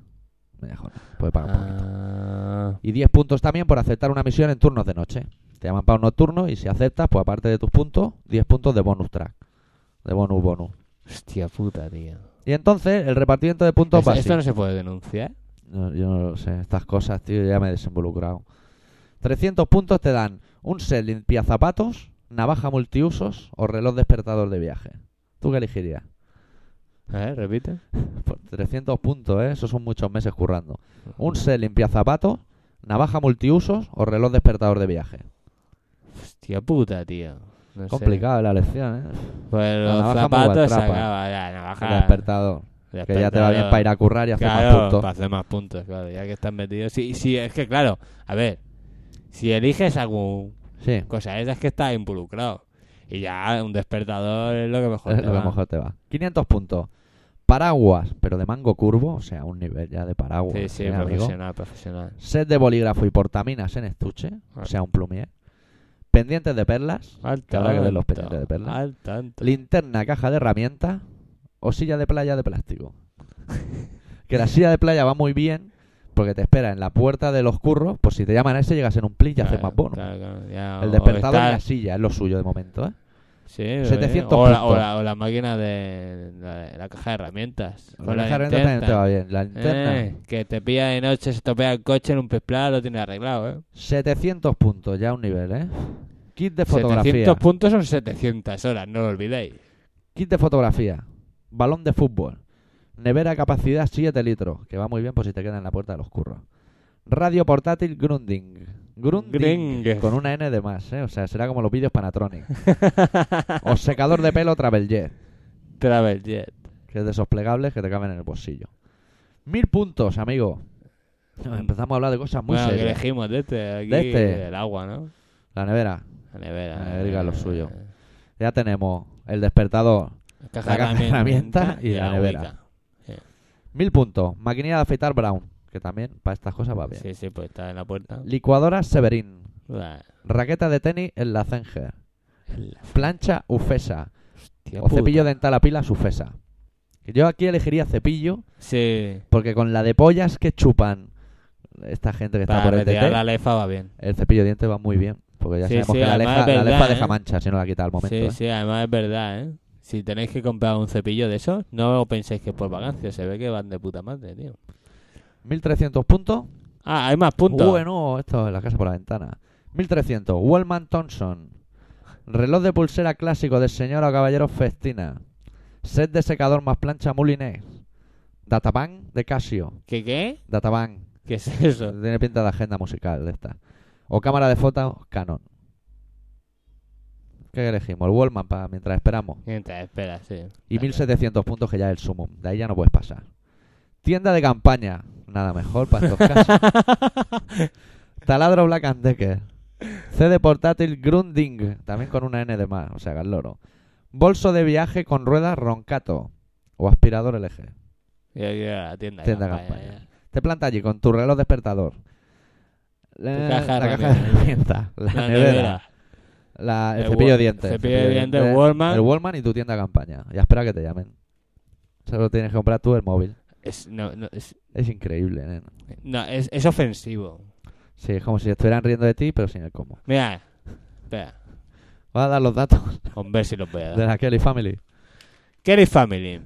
Media jornada, puede pagar un poquito.
Ah,
Y 10 puntos también por aceptar una misión en turnos de noche. Te llaman para un nocturno y si aceptas, pues aparte de tus puntos, 10 puntos de bonus track. De bonus, bonus.
hostia puta, tío.
Y entonces, el repartimiento de puntos
Esto,
va así.
esto no se puede denunciar.
No, yo no lo sé. Estas cosas, tío, ya me he desinvolucrado. 300 puntos te dan un set limpia zapatos, navaja multiusos o reloj despertador de viaje. ¿Tú qué elegirías?
A ver, repite.
Por 300 puntos, ¿eh? Eso son muchos meses currando. Un set limpia zapatos, navaja multiusos o reloj despertador de viaje.
Hostia puta, tío. No sé.
Complicada la elección, ¿eh?
Pues
La
los
navaja
zapatos
muy atrapa.
sacaba ya, navaja.
El despertador. Que ya te va bien para ir a currar y hacer
Claro,
más puntos.
para hacer más puntos, claro. Ya que están metidos. Sí, sí, es que claro. A ver, si eliges algún
Sí,
cosa esa es que estás involucrado. Y ya un despertador es lo que mejor
es
te
lo que
va.
mejor te va. 500 puntos. Paraguas, pero de mango curvo, o sea, un nivel ya de paraguas.
Sí, sí,
¿eh, amigo?
profesional, profesional.
set de bolígrafo y portaminas en estuche, o
Ah.
sea, un plumier, pendientes de perlas,
Al
Que habrá que ver los
tanto,
pendientes de perlas.
Al tanto.
linterna, caja de herramientas o silla de playa de
(laughs)
plástico. que la silla de playa va muy bien porque te espera en la puerta de los curros, por si te llaman a ese llegas en un plis y haces más bono.
claro, claro, ya,
El
o
despertador en
está-
la silla es lo suyo de momento, ¿eh?
sí, eh,
700
o, la, o,
puntos.
la, o la máquina de la, la caja de herramientas.
La
con la
caja de herramientas también te
linterna.
va bien. La linterna,
Eh, que te pilla de noche, se topea el coche en un pesplado, lo tienes arreglado, ¿eh?
700 puntos, ya un nivel, ¿eh? Kit de fotografía.
700 puntos son 700 horas, no lo olvidéis.
Kit de fotografía, balón de fútbol, nevera capacidad 7 litros, que va muy bien por si te queda en la puerta de los curros. Radio portátil Grunding. Grunding.
Gringues.
Con una N de más, ¿eh? O sea, será como los vídeos Panatronic. o secador de pelo Traveljet,
Travel Jet.
que es de esos plegables que te caben en el bolsillo. Mil puntos, amigo. Empezamos a hablar de cosas muy
Bueno, que
serias.
elegimos de este, aquí,
De este.
el agua, ¿no?
La nevera.
La nevera.
La nevera es lo suyo. Ya tenemos el despertador.
Caja
La caja de herramientas y la nevera.
Wicca.
Mil puntos. Maquinilla de afeitar Brown, que también para estas cosas va bien.
Sí, sí, pues está en la puerta.
Licuadora Severín.
Buah,
Raqueta de tenis en la Zenger.
la
Plancha Ufesa.
hostia
o cepillo
puta.
dental a pilas Ufesa. Yo aquí elegiría cepillo,
Sí.
porque con la de pollas que chupan esta gente que está
Para
por el
retirar
TT,
la lefa va bien.
el cepillo de dientes va muy bien. Porque ya
Sí,
sabemos
sí,
que la
además
lefa,
es
la
verdad,
lefa deja
¿eh?
mancha si no la quita al momento.
sí,
¿eh?
sí, además es verdad, ¿eh? Si tenéis que comprar un cepillo de esos, no penséis que es por vacancias, se ve que van de puta madre, tío.
1300 puntos.
Ah, hay más puntos.
Bueno, esto es la casa por la ventana. 1300. Wellman Thompson. Reloj de pulsera clásico de señora o caballero Festina. Set de secador más plancha Moulinex. Databank de Casio.
¿Qué qué?
Databank.
¿Qué es eso?
Tiene pinta de agenda musical de esta. O cámara de fotos Canon. ¿Qué elegimos? El Wallman para mientras esperamos.
Mientras espera, sí.
Y 1700 puntos que ya es el sumum. De ahí ya no puedes pasar. Tienda de campaña. Nada mejor para estos casos. (laughs) Taladro Black and Decker. CD portátil Grunding, también con una N de más, o sea, que al loro. Bolso de viaje con ruedas Roncato o aspirador LG.
Yo quiero la tienda. de
Tienda de
campaña,
campaña. Te planta allí con tu reloj despertador. La,
caja de
la caja de herramientas, la,
ya. La
nevera,
nevera.
la- el,
El
cepillo de
Wal-
dientes.
cepillo de dientes, Walmart.
El Wallman y tu tienda de campaña. Ya espera que te llamen. Solo tienes que comprar tú el móvil.
Es, no, no, es,
Es increíble, nena.
no, es- es ofensivo.
Sí, es como si estuvieran riendo de ti, pero sin el cómo.
Mira, espera.
Voy a dar los datos
Hombre, si los voy a
de
dar.
la Kelly Family.
Kerry Family.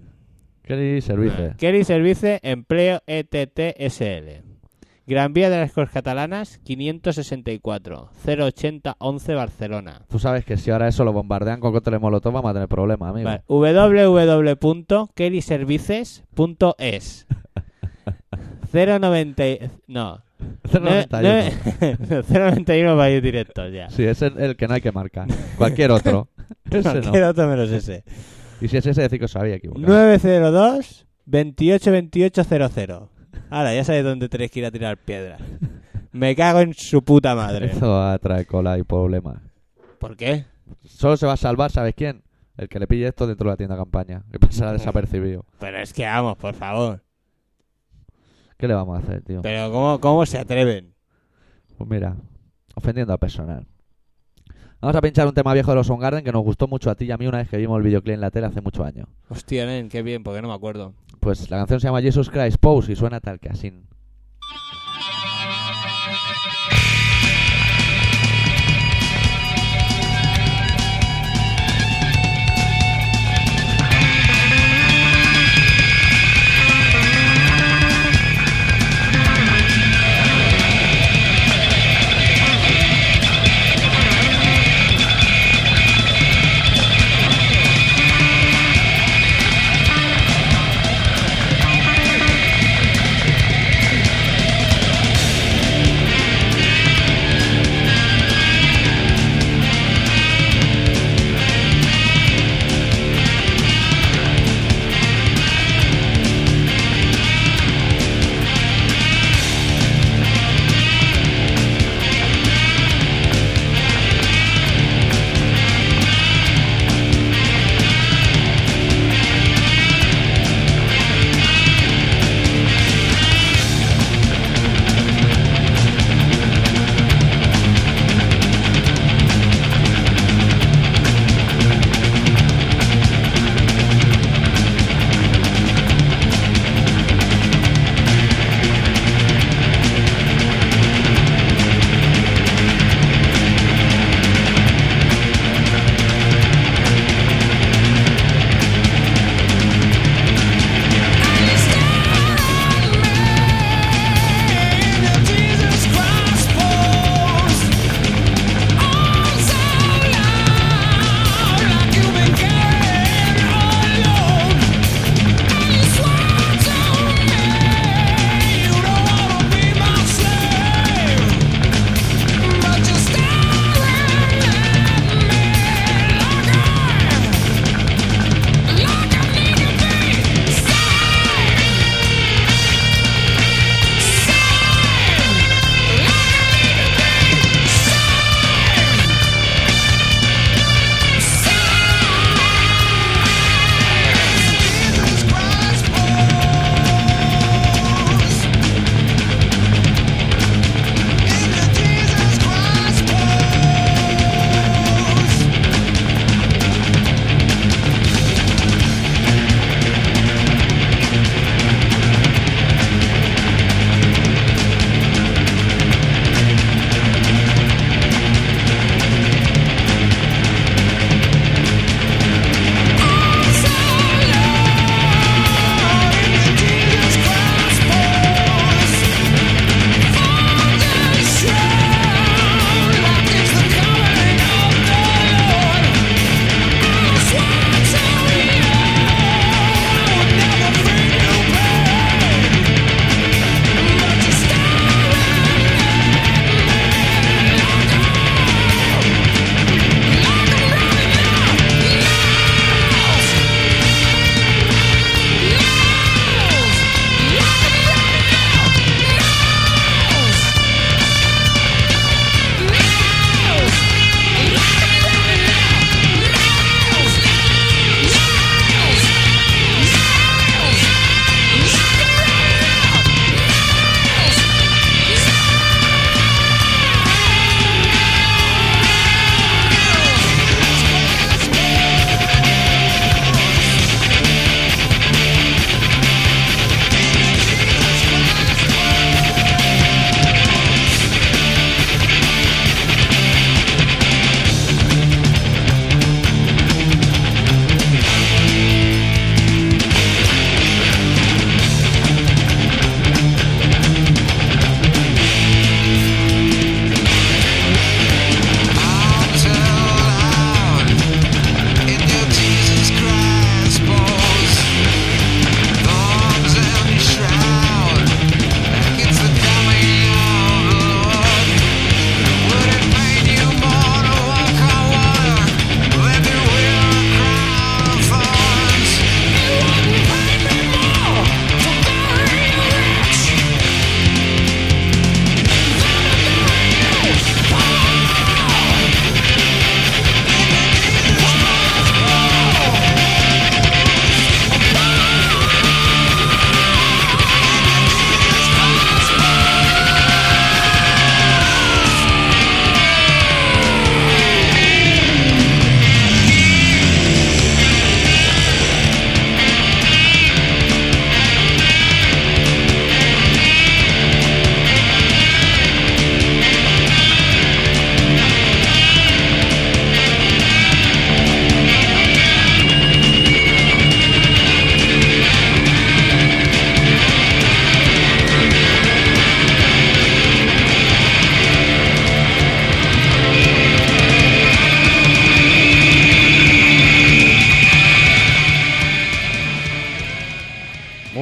Kelly Services.
Kerry Eh. Service Empleo E ETTSL. Gran Vía de las Corts Catalanas, 564, 080 11 Barcelona.
Tú sabes que si ahora eso lo bombardean con cócteles molotov vamos a tener problemas, amigo.
Vale,
(laughs)
www.kerryservices.es 090 y- no
Este
Eh,
no lo está
no-
yendo.
(laughs) 091 para ir directos ya
Sí, ese es el que no hay que marcar. Cualquier otro. ese no.
Cualquier otro menos ese
Y si es ese, decir que os había equivocado.
902 282800 Ahora ya sabes dónde tenéis que ir a tirar piedras. Me cago en su puta madre.
Eso va a traer cola y problemas.
¿Por qué?
Solo se va a salvar, ¿sabes quién? El que le pille esto dentro de la tienda de campaña. Que pasará desapercibido.
Pero es que vamos, por favor.
¿Qué le vamos a hacer, tío?
Pero ¿cómo, cómo se atreven?
Pues mira, ofendiendo a personal. Vamos a pinchar un tema viejo de los Soundgarden Garden que nos gustó mucho a ti y a mí una vez que vimos el videoclip en la tele hace muchos años.
Hostia, nen, qué bien, porque no me acuerdo.
Pues la canción se llama Jesus Christ Pose y suena tal que así.
Thank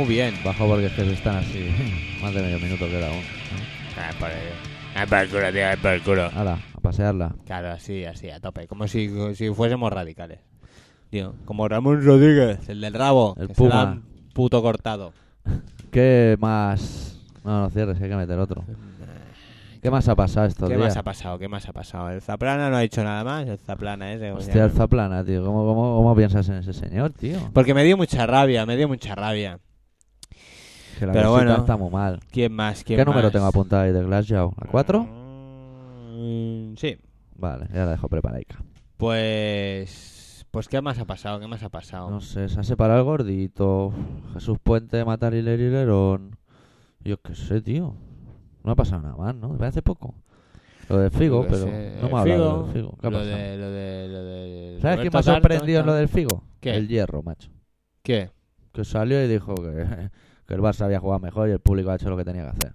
bien.
Bajo porque es que se están así. (laughs) Más de medio minuto queda aún.
Ah, por el, ah, por el culo, tío, ah, por el culo.
Hala, a pasearla.
Claro, así, así, a tope. Como si, como si fuésemos radicales. Tío, como Ramón Rodríguez, el del rabo.
El
que se la
Puma.
han puto cortado.
¿Qué más? No, no cierres, hay que meter otro. ¿Qué más ha pasado estos
¿Qué
días?
más ha pasado? ¿Qué más ha pasado? El Zaplana no ha dicho nada más. El Zaplana ese. coño.
Hostia, alza plana, tío. ¿Cómo, cómo, ¿Cómo piensas en ese señor, tío?
Porque me dio mucha rabia, me dio mucha rabia.
Que la
Pero
cosita
bueno.
está muy mal.
¿Quién más? ¿Quién
¿Qué número
más?
tengo apuntado ahí de Glasgow? ¿A 4?
Mm, Sí.
Vale, ya la dejo preparadica.
Pues. Pues, ¿qué más ha pasado? ¿Qué más ha pasado?
No sé, se ha separado el gordito. Jesús Puente, Matar y Lerón. Yo qué sé, tío. No ha pasado nada más, ¿no? Me parece poco. Lo de Figo,
Yo qué
pero
sé.
no me ha
Figo,
hablado de Figo. ¿Qué ha
lo
pasado?
de, lo de, lo de
¿Sabes quién
Roberto
me ha
Tarto,
sorprendido en
¿no?
lo del Figo?
¿Qué?
El hierro, macho.
¿Qué?
Que salió y dijo que, (laughs) que el Barça había jugado mejor y el público ha hecho lo que tenía que hacer.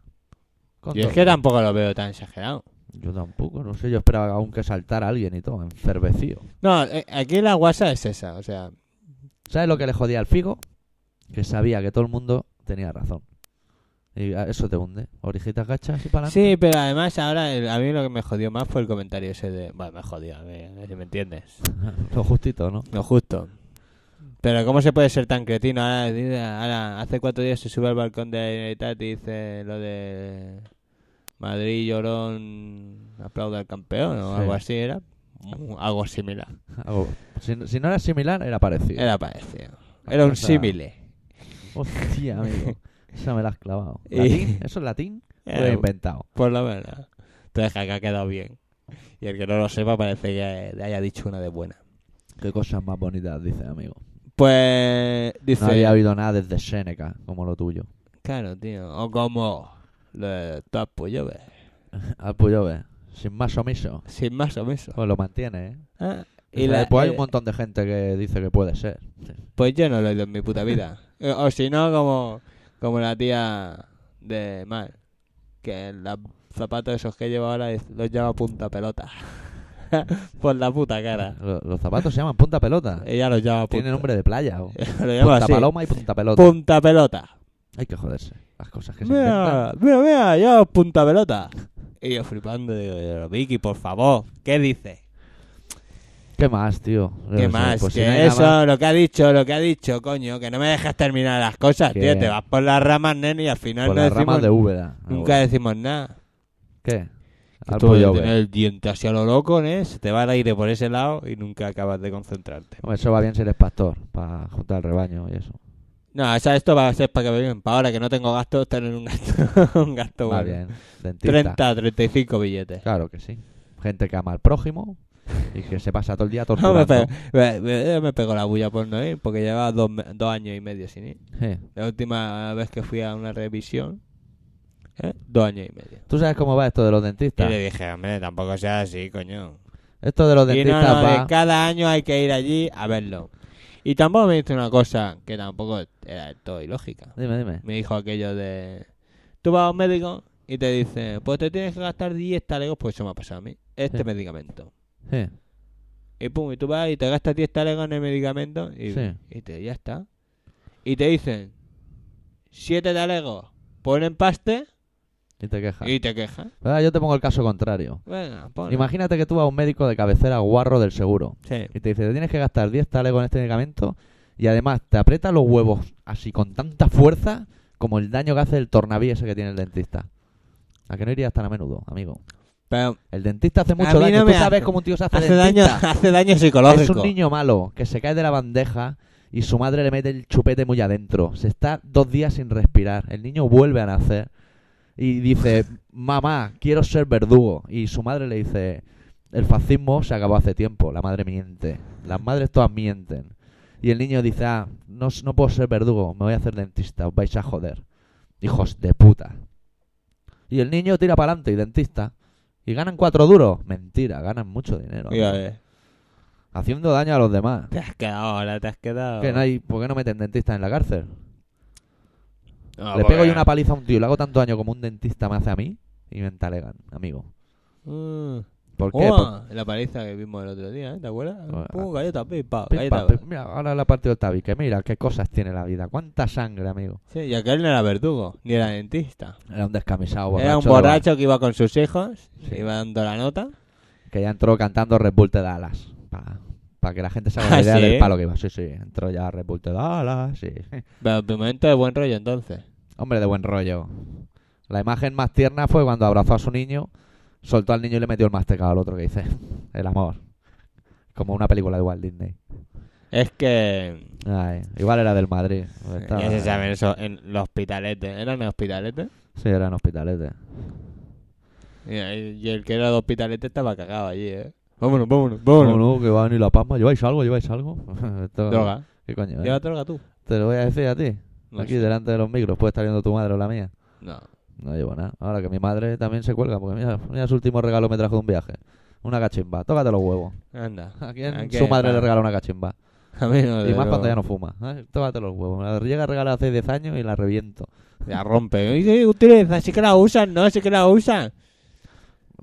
Con
Yo es
todo.
que tampoco lo veo tan exagerado.
Yo tampoco, no sé. Yo esperaba aún que saltara alguien y todo, enfervecido.
No, eh, aquí la guasa es esa, o sea,
¿Sabes lo que le jodía al Figo? Que sabía que todo el mundo tenía razón. Y a- eso te hunde. Orejitas gachas y para
Sí, pero además ahora el- a mí lo que me jodió más fue el comentario ese de... Bueno, me jodió, a mí, no sé si me entiendes.
Lo justito,
(laughs)
¿no?
Lo justo. Pero ¿cómo se puede ser tan cretino? Ahora, dice- ahora hace cuatro días se sube al balcón de la Generalitat y dice lo de... Madrid llorón aplauda al campeón o
Sí.
algo así era. Mm, Algo similar.
Algo- Si, si no era similar, era parecido.
Era parecido. Era un
cosa-
símile.
Hostia, amigo. Esa me la has
(laughs)
clavado.
Y-
¿Latín? ¿Eso es latín? Lo he
Era-
inventado.
Por lo menos. Entonces que ha quedado bien. Y el que no lo sepa parece que le haya dicho una de buena.
Qué cosas más bonitas, dice amigo.
Pues dice...
No había habido nada desde Seneca, como lo tuyo.
Claro, tío. O como lo de Top Puyove.
Al Puyove, pues sin más omiso.
Sin más o menos.
Pues lo mantiene, ¿eh?
Ah,
Y
Y la-
pues hay un
eh,
montón de gente que dice que puede ser.
pues yo no lo he oído en mi
(laughs)
puta vida. Eh, o si no, como, como la tía de Mar. Que los zapatos esos que lleva ahora es- los llama punta pelota. (laughs) Por la puta cara.
Lo- Los zapatos se llaman punta pelota.
Ella los llama Eh, punta. Eh,
Tiene nombre de playa. o-
lo llama
Punta
así.
paloma y punta pelota.
Punta pelota.
Hay que joderse. Las cosas que se inventan.
Mira, mira, mira, yo punta pelota. Y yo flipando, digo, "Pero Vicky, por favor, ¿qué dices?
¿Qué más, tío? Yo
¿Qué
no sé,
más?
pues si
que
no hay nada
eso,
más-
lo que ha dicho, lo que ha dicho, coño, que no me dejas terminar las cosas,
Que-
tío. Te vas por las ramas, nene, y al final
Por
no
las
decimos,
ramas de Úbeda. Ah,
nunca
bueno.
decimos nada.
¿Qué? Al
Tú de
Puyove.
tener el diente hacia lo loco, ¿eh? Se te va el aire por ese lado y nunca acabas de concentrarte.
Hombre, eso va bien si eres pastor, para juntar el rebaño y eso.
No, o sea, esto va a ser para que me viven. Para ahora que no tengo gastos, tener un gasto, (laughs) un gasto
va bien.
bueno.
Dentista.
30, 35 billetes.
Claro que sí. Gente que ama al prójimo y que se pasa todo el
(laughs)
día
No,
torturando.
me, pego, me, me- me pegó la bulla por no ir, porque llevaba dos, me- dos años y medio sin ir.
Eh,
La última vez que fui a una revisión, ¿eh? dos años y medio.
¿Tú sabes cómo va esto de los
Y
dentistas?
le dije, hombre, tampoco sea así, coño.
Esto de los
Y no,
dentistas
no,
va...
que cada año hay que ir allí a verlo. Y tampoco me dice una cosa que tampoco era del todo ilógica.
Dime, dime.
Me dijo aquello de... Tú vas a un médico y te dice, pues te tienes que gastar 10 talegos, pues eso me ha pasado a mí, este
Sí.
medicamento.
Eh,
Y pum, y tú vas y te gastas 10 talegos en el medicamento y,
Sí.
y te, ya está. Y te dicen 7 talegos por un empaste
y te quejas.
y te quejas.
Ah, yo te pongo el caso contrario.
Venga, pon.
Imagínate que tú vas a un médico de cabecera guarro del seguro
Sí.
y te dice, te tienes que gastar 10 tales con este medicamento y además te aprieta los huevos así con tanta fuerza como el daño que hace el tornaví ese que tiene el dentista. A que no irías tan a menudo, amigo.
Pero
El dentista hace mucho
mí
daño.
no
tú
me
sabes
hace-
cómo un tío se hace,
hace daño, (laughs)
dentista.
hace daño
Es
psicológico.
un niño malo que se cae de la bandeja y su madre le mete el chupete muy adentro. Se está dos días sin respirar. El niño vuelve a nacer y dice, mamá, quiero ser verdugo. Y su madre le dice, el fascismo se acabó hace tiempo. La madre miente. Las madres todas mienten. Y el niño dice, ah, no, s- no puedo ser verdugo, me voy a hacer dentista, os vais a joder. Hijos de puta. Y el niño tira para adelante y dentista. Y ganan cuatro duros. Mentira, ganan mucho dinero.
Mira, a ver,
Haciendo daño a los demás.
te has quedado ahora, te has quedado.
Que no hay- ¿Por qué no meten dentistas en la cárcel?
No,
le
Ah, porque-
pego yo una paliza a un tío, le hago tanto daño como un dentista me hace a mí y me entalegan, amigo.
Mm,
¿Por qué? Por-
Ua, La paliza que vimos el otro día, ¿eh? ¿te acuerdas?
Ah.
Pum, galleta, pim, pam,
Pim,
galleta.
pam, pim. Mira, ahora la parte del tabique. Mira, qué cosas tiene la vida. Cuánta sangre, amigo.
Sí, y aquel no era verdugo, ni era dentista.
Era un descamisado
era un
de bar,
borracho que iba con sus hijos,
Sí.
iba dando la nota.
que ya entró cantando Red Bull te da alas. Para que la gente se
(laughs)
haga
¿Ah,
la idea
sí?
del palo que iba. Sí, sí. Entró ya Red Bull te da alas. Sí.
Pero de momento de buen rollo entonces.
Hombre de buen rollo. La imagen más tierna fue cuando abrazó a su niño, soltó al niño y le metió el mastecado al otro que dice. (laughs) El amor. Como una película de Walt Disney.
Es que...
Ay, igual era del Madrid. Estaba-
Ya se saben eso, en los hospitaletes. ¿Eran en hospitaletes?
Sí, era en Hospitalete.
Y, y el que era de hospitaletes estaba cagado allí, ¿eh? Vámonos, vámonos, vámonos.
No, no, que va a venir la pasma. ¿Lleváis algo? ¿Lleváis algo? (laughs) Esto-
Droga.
¿Qué coño? eh?
¿Lleva droga tú?
Te lo voy a decir a ti.
No
Aquí
sé.
delante de los micros. Puede estar viendo tu madre o la mía.
No.
No llevo nada. Ahora que mi madre también se cuelga. Porque mira, mira su último regalo me trajo de un viaje. Una cachimba. Tócate los huevos.
Anda. (laughs)
¿A quién
¿A
su
quién?
madre
Ah.
le regala una cachimba?
A mí no.
y
desde
más cuando
luego.
ya no fuma. ¿eh? Tócate los huevos. Me la llega a regalar hace 10 años y la reviento.
La rompe. Oye, ustedes así que la usan, ¿no? Así que la usan.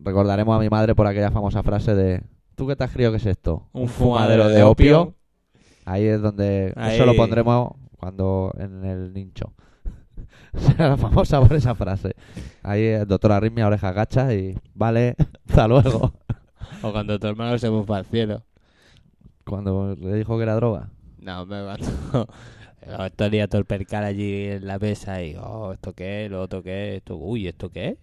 Recordaremos a mi madre por aquella famosa frase de... ¿Tú qué te has creído que es esto?
Un
fumadero de opio. Ahí es donde eso lo
Ahí.
pondremos cuando en el nincho. (laughs) Será la famosa por esa frase. Ahí el doctor Arritmia, oreja gacha y vale, (laughs) hasta luego.
O cuando tu hermano se fue al cielo.
Cuando le dijo que era droga.
No, me (laughs) mató. Estaría todo el percal allí en la mesa y, oh, ¿esto qué es? ¿Lo otro qué es? Esto, uy, ¿esto qué es?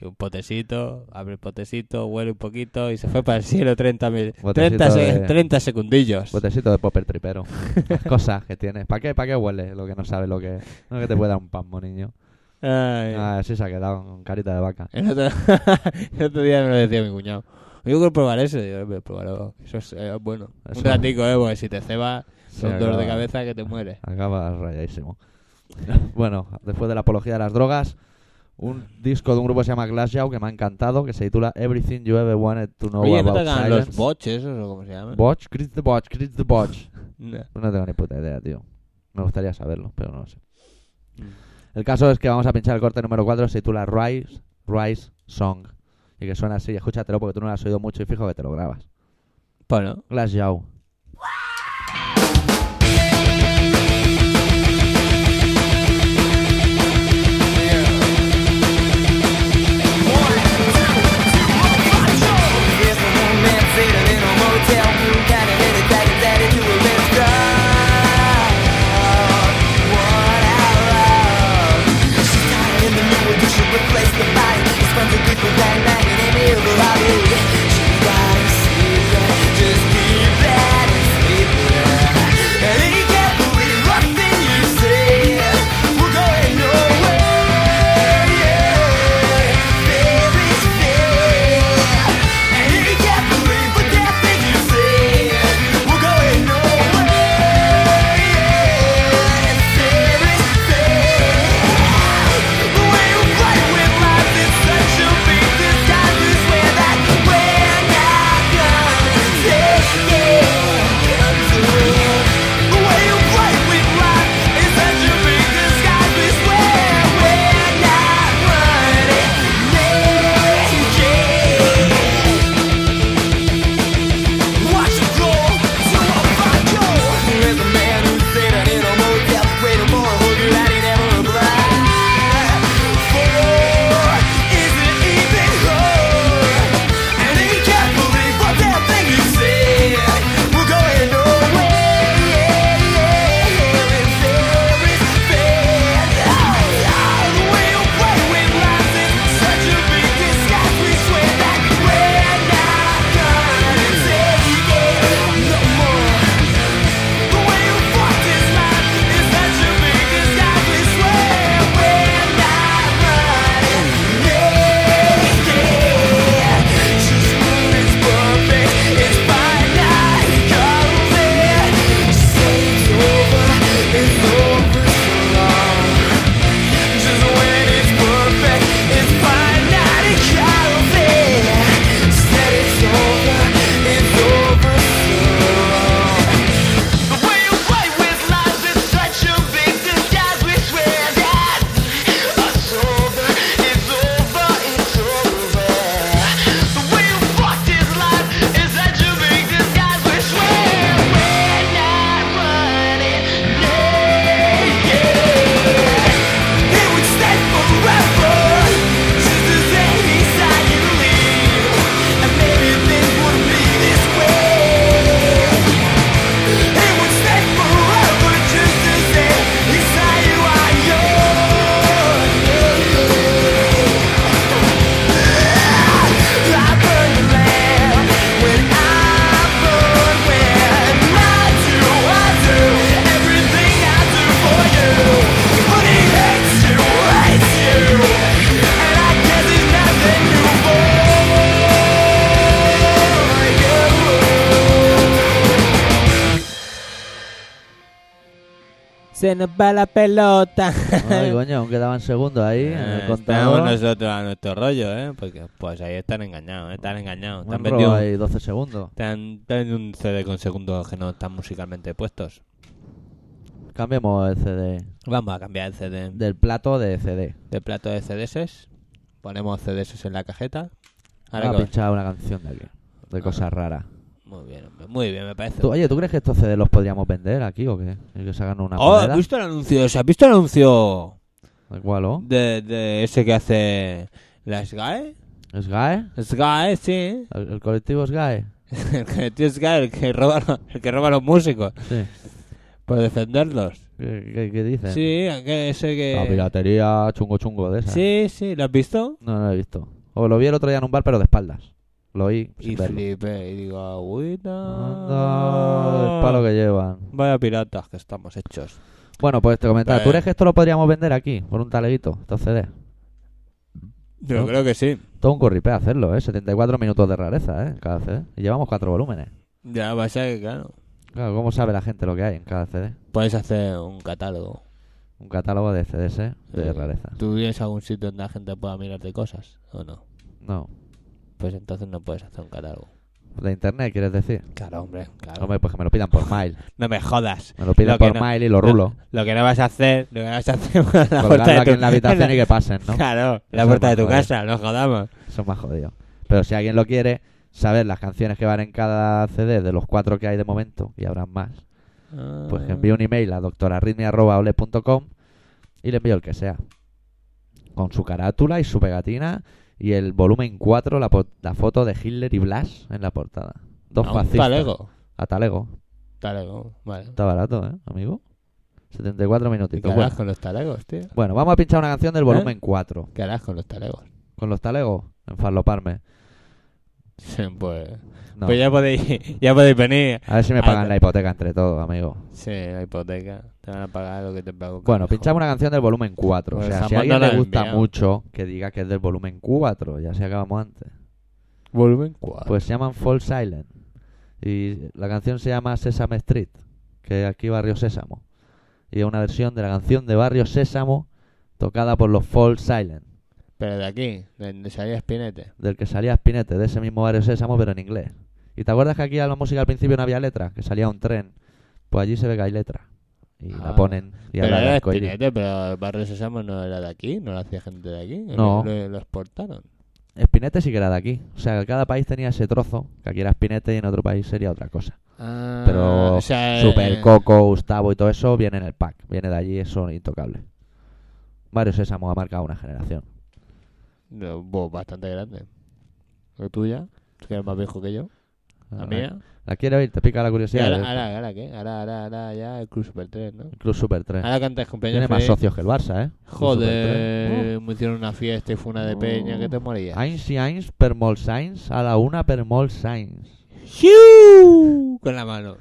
Y un potecito, abre el potecito, huele un poquito y se fue para el cielo 30, mil-
Botecito
30, se-
de-
30 secundillos.
Botecito de popper tripero. Las cosas que tienes. ¿Para qué? ¿Para qué huele lo que no sabes lo que es? No que te pueda un pasmo, niño.
Ay.
Ah, sí se ha quedado con carita de vaca.
El otro, (laughs) el otro día me lo decía mi cuñado. Yo quiero probar eso. Digo, hombre, pruébalo. Eso es eh, bueno.
Eso-
Un ratico, eh, porque si te cebas,
Se
son dolor de
acaba-
cabeza que te mueres.
Acaba rayadísimo. (laughs) bueno, después de la apología de las drogas, un disco de un grupo que se llama Glassjaw que me ha encantado, que se titula Everything You Ever Wanted to Know
Oye, ¿no
About
tocan los
Silence.
boches esos o cómo se llaman?
Botch, Chris the Botch, Chris the Botch.
No.
No tengo ni puta idea, tío. Me gustaría saberlo, pero no lo sé.
Mm.
El caso es que vamos a pinchar el corte número 4, se titula Rise, Rise Song. Y que suena así, escúchatelo porque tú no lo has oído mucho y fijo que te lo grabas.
Bueno, (laughs)
Glassjaw.
Replace the body, it's fun to people that night and every other body. She got a secret, just keep that.
Se nos va la pelota. (laughs)
Ay, coño, aún quedaban segundos ahí en
Eh,
el
estamos
contador.
nosotros a nuestro rollo, ¿eh? Porque pues ahí están engañados, ¿eh? están engañados.
Me
Te han
han robado
vendido-
ahí 12 segundos.
te han- te han vendido un CD con segundos que no están musicalmente puestos.
Cambiemos el CD.
Vamos a cambiar el CD
Del plato de CD.
de plato de CDs. Ponemos CDs en la cajeta. Ahora
Ahora
que-
pinchar una canción de aquí.
Ah.
De cosas raras.
Muy bien, hombre, muy bien, me parece.
Tú- oye, ¿tú crees que estos CD los podríamos vender aquí o qué? Y que sacan una
Oh, ¿has
moneda.
visto el anuncio? ¿Se ¿Has visto el anuncio
¿Cuál, oh?
de, de ese que hace la SGAE?
¿Es GAE?
SGAE, sí.
¿El, el colectivo es GAE?
El que tío SGAE, el que roba, lo- el que roba a los músicos
Sí.
por defenderlos.
¿Qué, qué- qué dicen?
Sí, que ese
La
que...
piratería chungo chungo de esa.
Sí, sí, ¿lo has visto?
No, no lo he visto. O lo vi el otro día en un bar, pero de espaldas. Lo oí sin
Y
verlo.
flipé, y digo, agüita...
Anda, el palo que llevan.
Vaya piratas que estamos hechos.
Bueno, pues te comentaba, ¿tú
Pues-
crees que esto lo podríamos vender aquí? Por un taleguito, estos CD.
Yo
¿No?
creo que sí.
Todo un corripé hacerlo, ¿eh? 74 minutos de rareza, ¿eh? Cada CD. Y llevamos cuatro volúmenes.
Ya va a ser que, claro,
Claro, ¿cómo sabe la gente lo que hay en cada CD?
puedes hacer un catálogo.
Un catálogo de CDs ¿eh? de
Sí.
rareza.
¿Tú tienes algún sitio donde la gente pueda mirarte cosas o no?
No.
Pues entonces no puedes hacer un catálogo.
De internet, ¿quieres decir?
Claro, hombre, claro.
Hombre, pues que me lo pidan por mail.
No me jodas.
Me lo piden
Lo que
por
no-
mail y lo rulo.
Lo que no vas a hacer, lo que no vas a hacer (laughs) es (laughs) la puerta
Colgarlo
de
aquí
tu
en la habitación
en la- (laughs)
y que pasen, ¿no?
Claro, en la
Eso
puerta
me
de tu
jode.
casa, nos jodamos.
Eso es más jodido. Pero si alguien lo quiere, saber las canciones que van en cada CD de los cuatro que hay de momento, y habrán más, pues
Ah,
que envíe un email a doctorarritmia.ole.com y le envío el que sea. Con su carátula y su pegatina y el volumen 4, la, po- la foto de Hitler y Blas en la portada. Dos
A Ah, un
fascistas.
talego.
A talego.
Talego, vale.
Está barato, ¿eh, amigo? 74
¿Y
minutitos.
¿Qué harás
Bueno,
con los talegos, tío?
bueno, vamos a pinchar una
¿Eh?
canción del volumen 4.
¿Qué harás con los talegos? (laughs)
Con los talegos, enfarloparme.
Sí, pues...
No.
Pues ya podéis, (laughs) ya podéis venir.
A ver si me
Ah,
pagan
pero-
la hipoteca entre todos, amigo.
Sí, la hipoteca. Te van a pagar lo que te pago.
Bueno,
carajo.
pinchamos una canción del volumen 4. o
Pues
sea,
jamás
si a alguien
no la
le gusta
enviamos.
mucho, que diga que es del volumen 4. Ya se acabamos antes.
Volumen 4.
Pues se llaman Fall Silent. Y la canción se llama Sesame Street, que aquí Barrio Sésamo. Y es una versión de la canción de Barrio Sésamo tocada por los Fall Silent,
Pero de aquí, de donde salía Spinete.
del que salía Spinete, de ese mismo Barrio Sésamo, pero en inglés. ¿Y te acuerdas que aquí a la música al principio no había letra? Que salía un tren. Pues allí se ve que hay letra. Y
Ah.
la ponen y
pero
habla de
era
arcoíris.
Spinete, pero el barrio Sésamo no era de aquí, no lo hacía gente de aquí.
No.
Lo, lo exportaron.
Espinete sí que era de aquí. O sea, que cada país tenía ese trozo, que aquí era Espinete y en otro país sería otra cosa.
Ah,
Pero
o sea,
Super
eh,
Coco, Gustavo y todo eso viene en el pack. Viene de allí, eso intocable. Mario Sésamo ha marcado una generación.
no, bo, bastante grande. ¿La tuya? ¿Tú que eres más viejo que yo? ¿La mía?
¿La quiero oír? ¿Te pica la
Sí,
curiosidad? eh.
ahora, ah, ahora, ahora, ¿qué? Ahora, ahora, ahora, ya el Club Super 3, ¿no?
Club Super 3.
Ahora cantas cumpleaños
Eh, Tiene más
feliz.
socios que el Barça, ¿eh? Club Super 3.
ah, Joder, me hicieron una fiesta y fue una de peña que te
Uh.
morías.
Ainz y Ainz per mol Sainz a la una per mol Sainz.
¡Siu! Con la mano.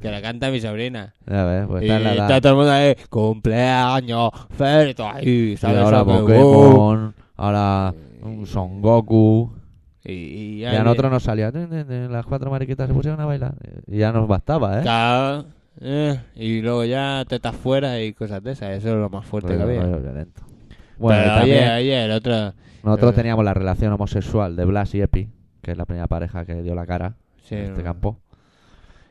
Que la canta mi sobrina.
Ya ves, pues
Y
está en la edad.
está todo el mundo ahí, cumpleaños, feliz, ahí,
Y
sale
ahora
Sonic Boom.
Pokémon, ahora un Son Goku.
Y, y
Y
ya
a
le-
nosotros nos salía. "Nin, nin, nin", Las cuatro mariquitas se pusieron a bailar. Y ya nos bastaba, ¿eh?
Claro, eh, y luego ya te estás fuera y cosas de esas, eso es lo más fuerte que
Rollo-
había.
rollo Pues, violento. Bueno, y
Pero
también
oye, oye, el otro,
nosotros
eh,
teníamos la relación homosexual de Blas y Epi, que es la primera pareja que dio la cara
sí,
en este
no,
campo.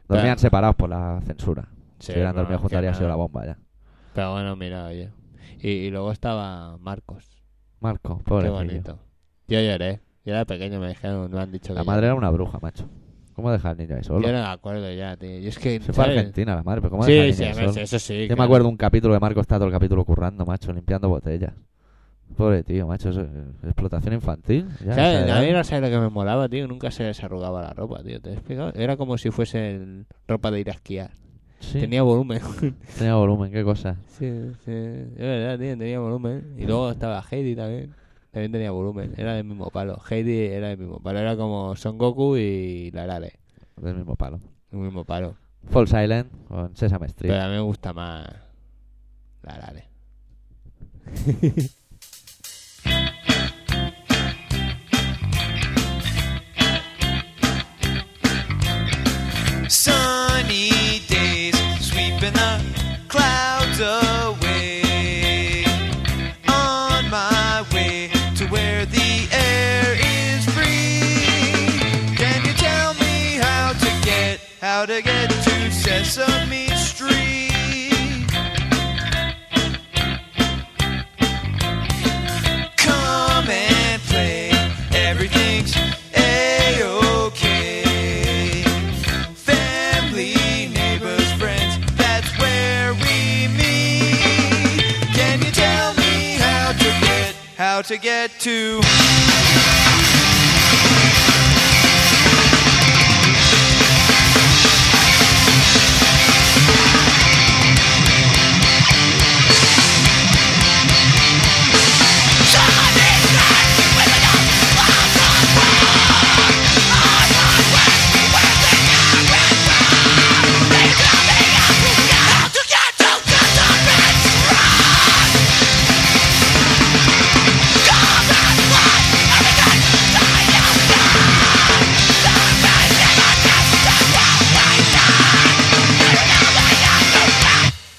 Pero-
Dormían separados por la censura.
sí,
si hubieran
no,
dormido
que
juntos habría sido la
nada.
bomba ya.
Pero bueno, mira, oye. Y, y luego estaba Marcos,
Marco,
qué
pobre.
bonito. Yo lloré, yo era pequeño, me dijeron, me han dicho que
La madre
lloré.
era una bruja, macho. ¿Cómo dejar al niño ahí solo?
Yo no me acuerdo ya, tío, y es que...
Se fue a
¿sabes?
Argentina la madre, pero ¿cómo dejar al
Sí,
niño
sí,
ahí
a
solo?
ver, eso sí.
Yo me acuerdo un capítulo de Marco está todo el capítulo currando, macho, limpiando botellas. Pobre tío, macho, eso es explotación infantil. ya, esa
¿Sabes?
edad.
A mí no sé lo que me molaba, tío. Nunca se desarrugaba la ropa, tío. ¿Te he explicado? Era como si fuese el- ropa de ir a esquiar.
Sí, tenía...
Tenía volumen.
volumen, qué cosa.
sí, sí. Es verdad, tío. Tenía volumen. Y luego estaba Heidi también. También tenía volumen. Era del mismo palo. Heidi era del mismo palo. Era como Son Goku y la Lale.
Del mismo palo.
El mismo palo.
Fall Silent con Sesame Street.
Pero a mí me gusta más la Lale.
Sunny days sweeping the clouds
how to get to Sesame Street. Come and play, everything's a-okay. Family, neighbors, friends, that's where we meet. Can you tell me how to get, how to get to?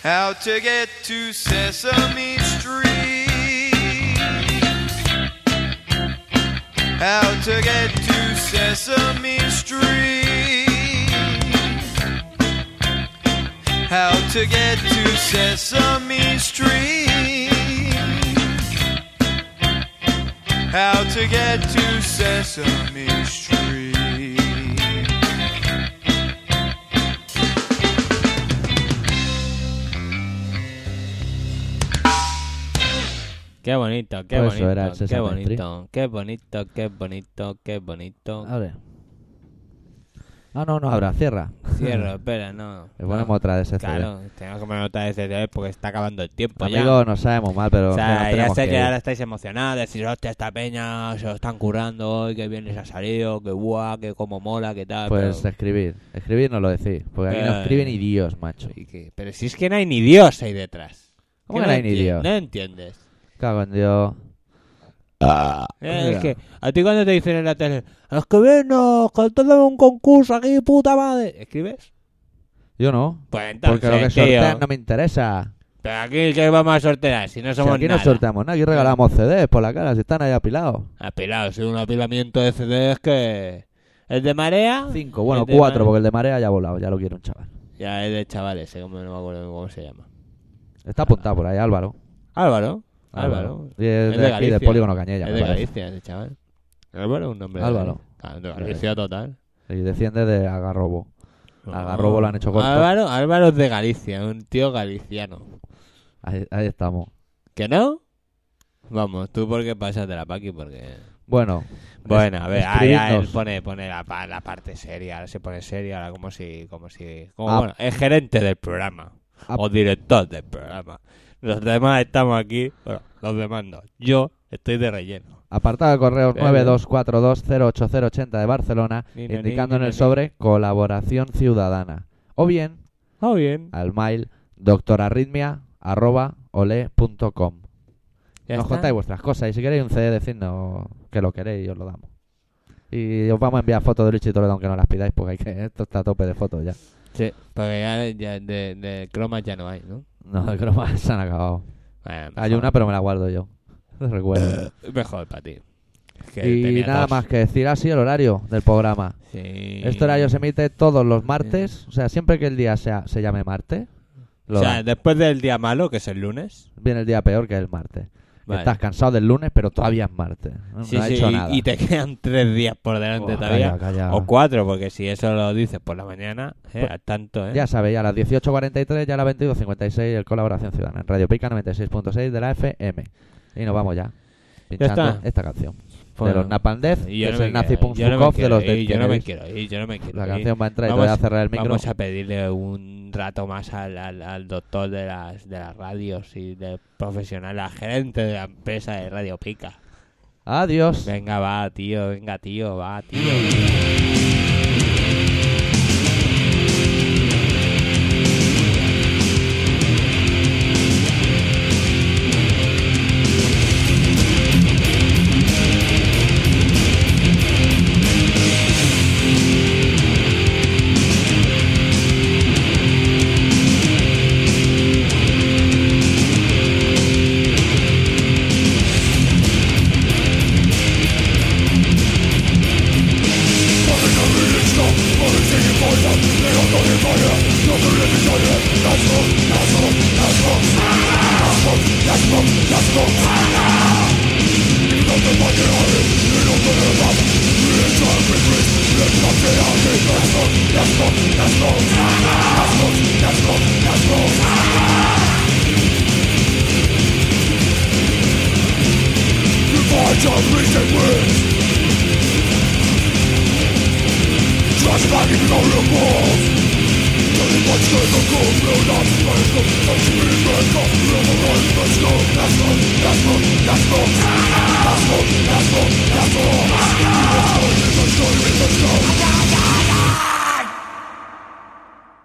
How to get to Sesame Street. How to get to Sesame Street. How to get to Sesame Street. How to get to Sesame Street.
Qué bonito, qué
Pues eso
bonito,
era el
qué
Sesame
bonito, qué bonito, qué bonito, qué bonito.
Abre. Ah, no, no, habrá, cierra.
Cierro, espera, no.
Le
no.
ponemos otra de eh. ese
Claro, tenemos que poner otra de CCD E porque está acabando el tiempo ya.
Amigos, no sabemos mal, pero
o
nos
sea, ya
tenemos
sé que,
ir.
ahora estáis emocionados, decís, hostia, esta peña se lo están currando hoy, que bien les ha salido, que guau, que como mola, que tal.
Pues
pero...
escribir. Escribir no lo decís. Porque aquí no
Pero,
escriben
eh,
ni Dios, macho.
y que- pero si es que no hay ni Dios ahí detrás.
¿Cómo
Que
que no hay ni
enti-
Dios?
No entiendes.
Cago en Dios. Ah,
Eh,
Mira.
es que a ti cuando te dicen en la tele, escribirnos, que todo un concurso aquí, puta madre. ¿Escribes?
Yo no.
Pues entonces,
Porque lo que
tío,
sortean no me interesa.
Pero aquí que vamos a sortear, si no
Si
somos
aquí
nada.
no sorteamos nada, aquí regalamos CDs por la cara, si están ahí apilados.
Apilados, sí, un apilamiento de CDs que... El de Marea...
Cinco, bueno,
Ah, el de
cuatro,
Marea-
porque el de marea ya ha volado, ya lo quiere un chaval.
Ya es de chavales, eh, como no me acuerdo cómo se llama.
Está apuntado por ahí, Álvaro.
Álvaro. Ah. Álvaro.
Y es, de,
Es de
aquí, del
Galicia.
Polígono Cañella.
es
me
de
parece.
Galicia ese chaval. Álvaro es un nombre
Álvaro.
De, Claro, de Galicia total.
Y desciende de Agarrobo. Algarrobo lo han hecho corto.
Álvaro, Álvaro es de Galicia, un tío galiciano.
Ahí, ahí estamos.
¿Que no? Vamos, tú porque pasas de la Paqui, porque...
Bueno,
Bueno, a ver, ahí él
escribidnos.
pone, pone la, pa- la parte seria, ahora se pone seria, ahora como si... Como si como,
Ah.
bueno, es gerente del programa,
Ah.
o director del programa. Los demás estamos aquí, bueno, los demás no. Yo estoy de relleno.
apartado de correos
Pero-
924208080 de Barcelona,
Ni, ni,
indicando
ni,
en
ni,
el
ni.
sobre colaboración ciudadana. O bien
Ah, bien.
al mail doctorarritmia.ole.com.
Ya
Nos
está.
contáis vuestras cosas y si queréis un CD, decidnos que lo queréis y os lo damos. Y os vamos a enviar fotos de Luchito Toledo, aunque no las pidáis, porque hay que, esto está a tope de fotos ya.
Sí, porque ya, ya de, de cromas ya no hay, ¿no?
No, de cromas (laughs) se han acabado.
Bueno,
Hay
mejor.
una, pero me la guardo yo. (laughs) No recuerdo.
Mejor para ti. Es (laughs) que
y
tenía
nada
dos.
más que decir así el horario del programa.
Sí.
Este horario se emite todos los martes, o sea, siempre que el día sea, se llame martes,
O
lo
sea,
dan.
después del día malo, que es el lunes.
viene el día peor que el martes.
Vale.
Estás cansado del lunes, pero todavía es martes. No,
Sí,
no ha
sí,
hecho
y-
nada.
Y te (laughs) quedan tres días por
Buah,
delante todavía.
calla, calla.
O cuatro, porque si eso lo dices por la mañana, eh,
Pues-
al tanto, ¿eh?
Ya sabéis, a las 18.43 ya a las 22.56 el Colaboración Ciudadana en Radio Pica 96.6 de la FM. Y nos vamos ya. Pinchando
está.
esta canción.
Bueno,
de los Napalm Death,
Y yo
que
no
es
me
el Nazi
quiero
Punk
ir, yo no me
Fuck Off de
quiero
los
ir, Yo no me
Dead
quiero ir, yo no me quiero
La
ir.
canción va a entrar y te
Vamos-
voy a cerrar el micro.
Vamos a pedirle un rato más al, al- al doctor de las, de las radios y del profesional, al gerente de la empresa de Radio Pica.
Adiós.
Venga, va, tío, venga, tío, va, tío.
Por
It's all recent weeks Trasladar mi propio voz Yo digo que no cumple un aspecto Así me vengo, luego no empezó Las dos, las dos, las dos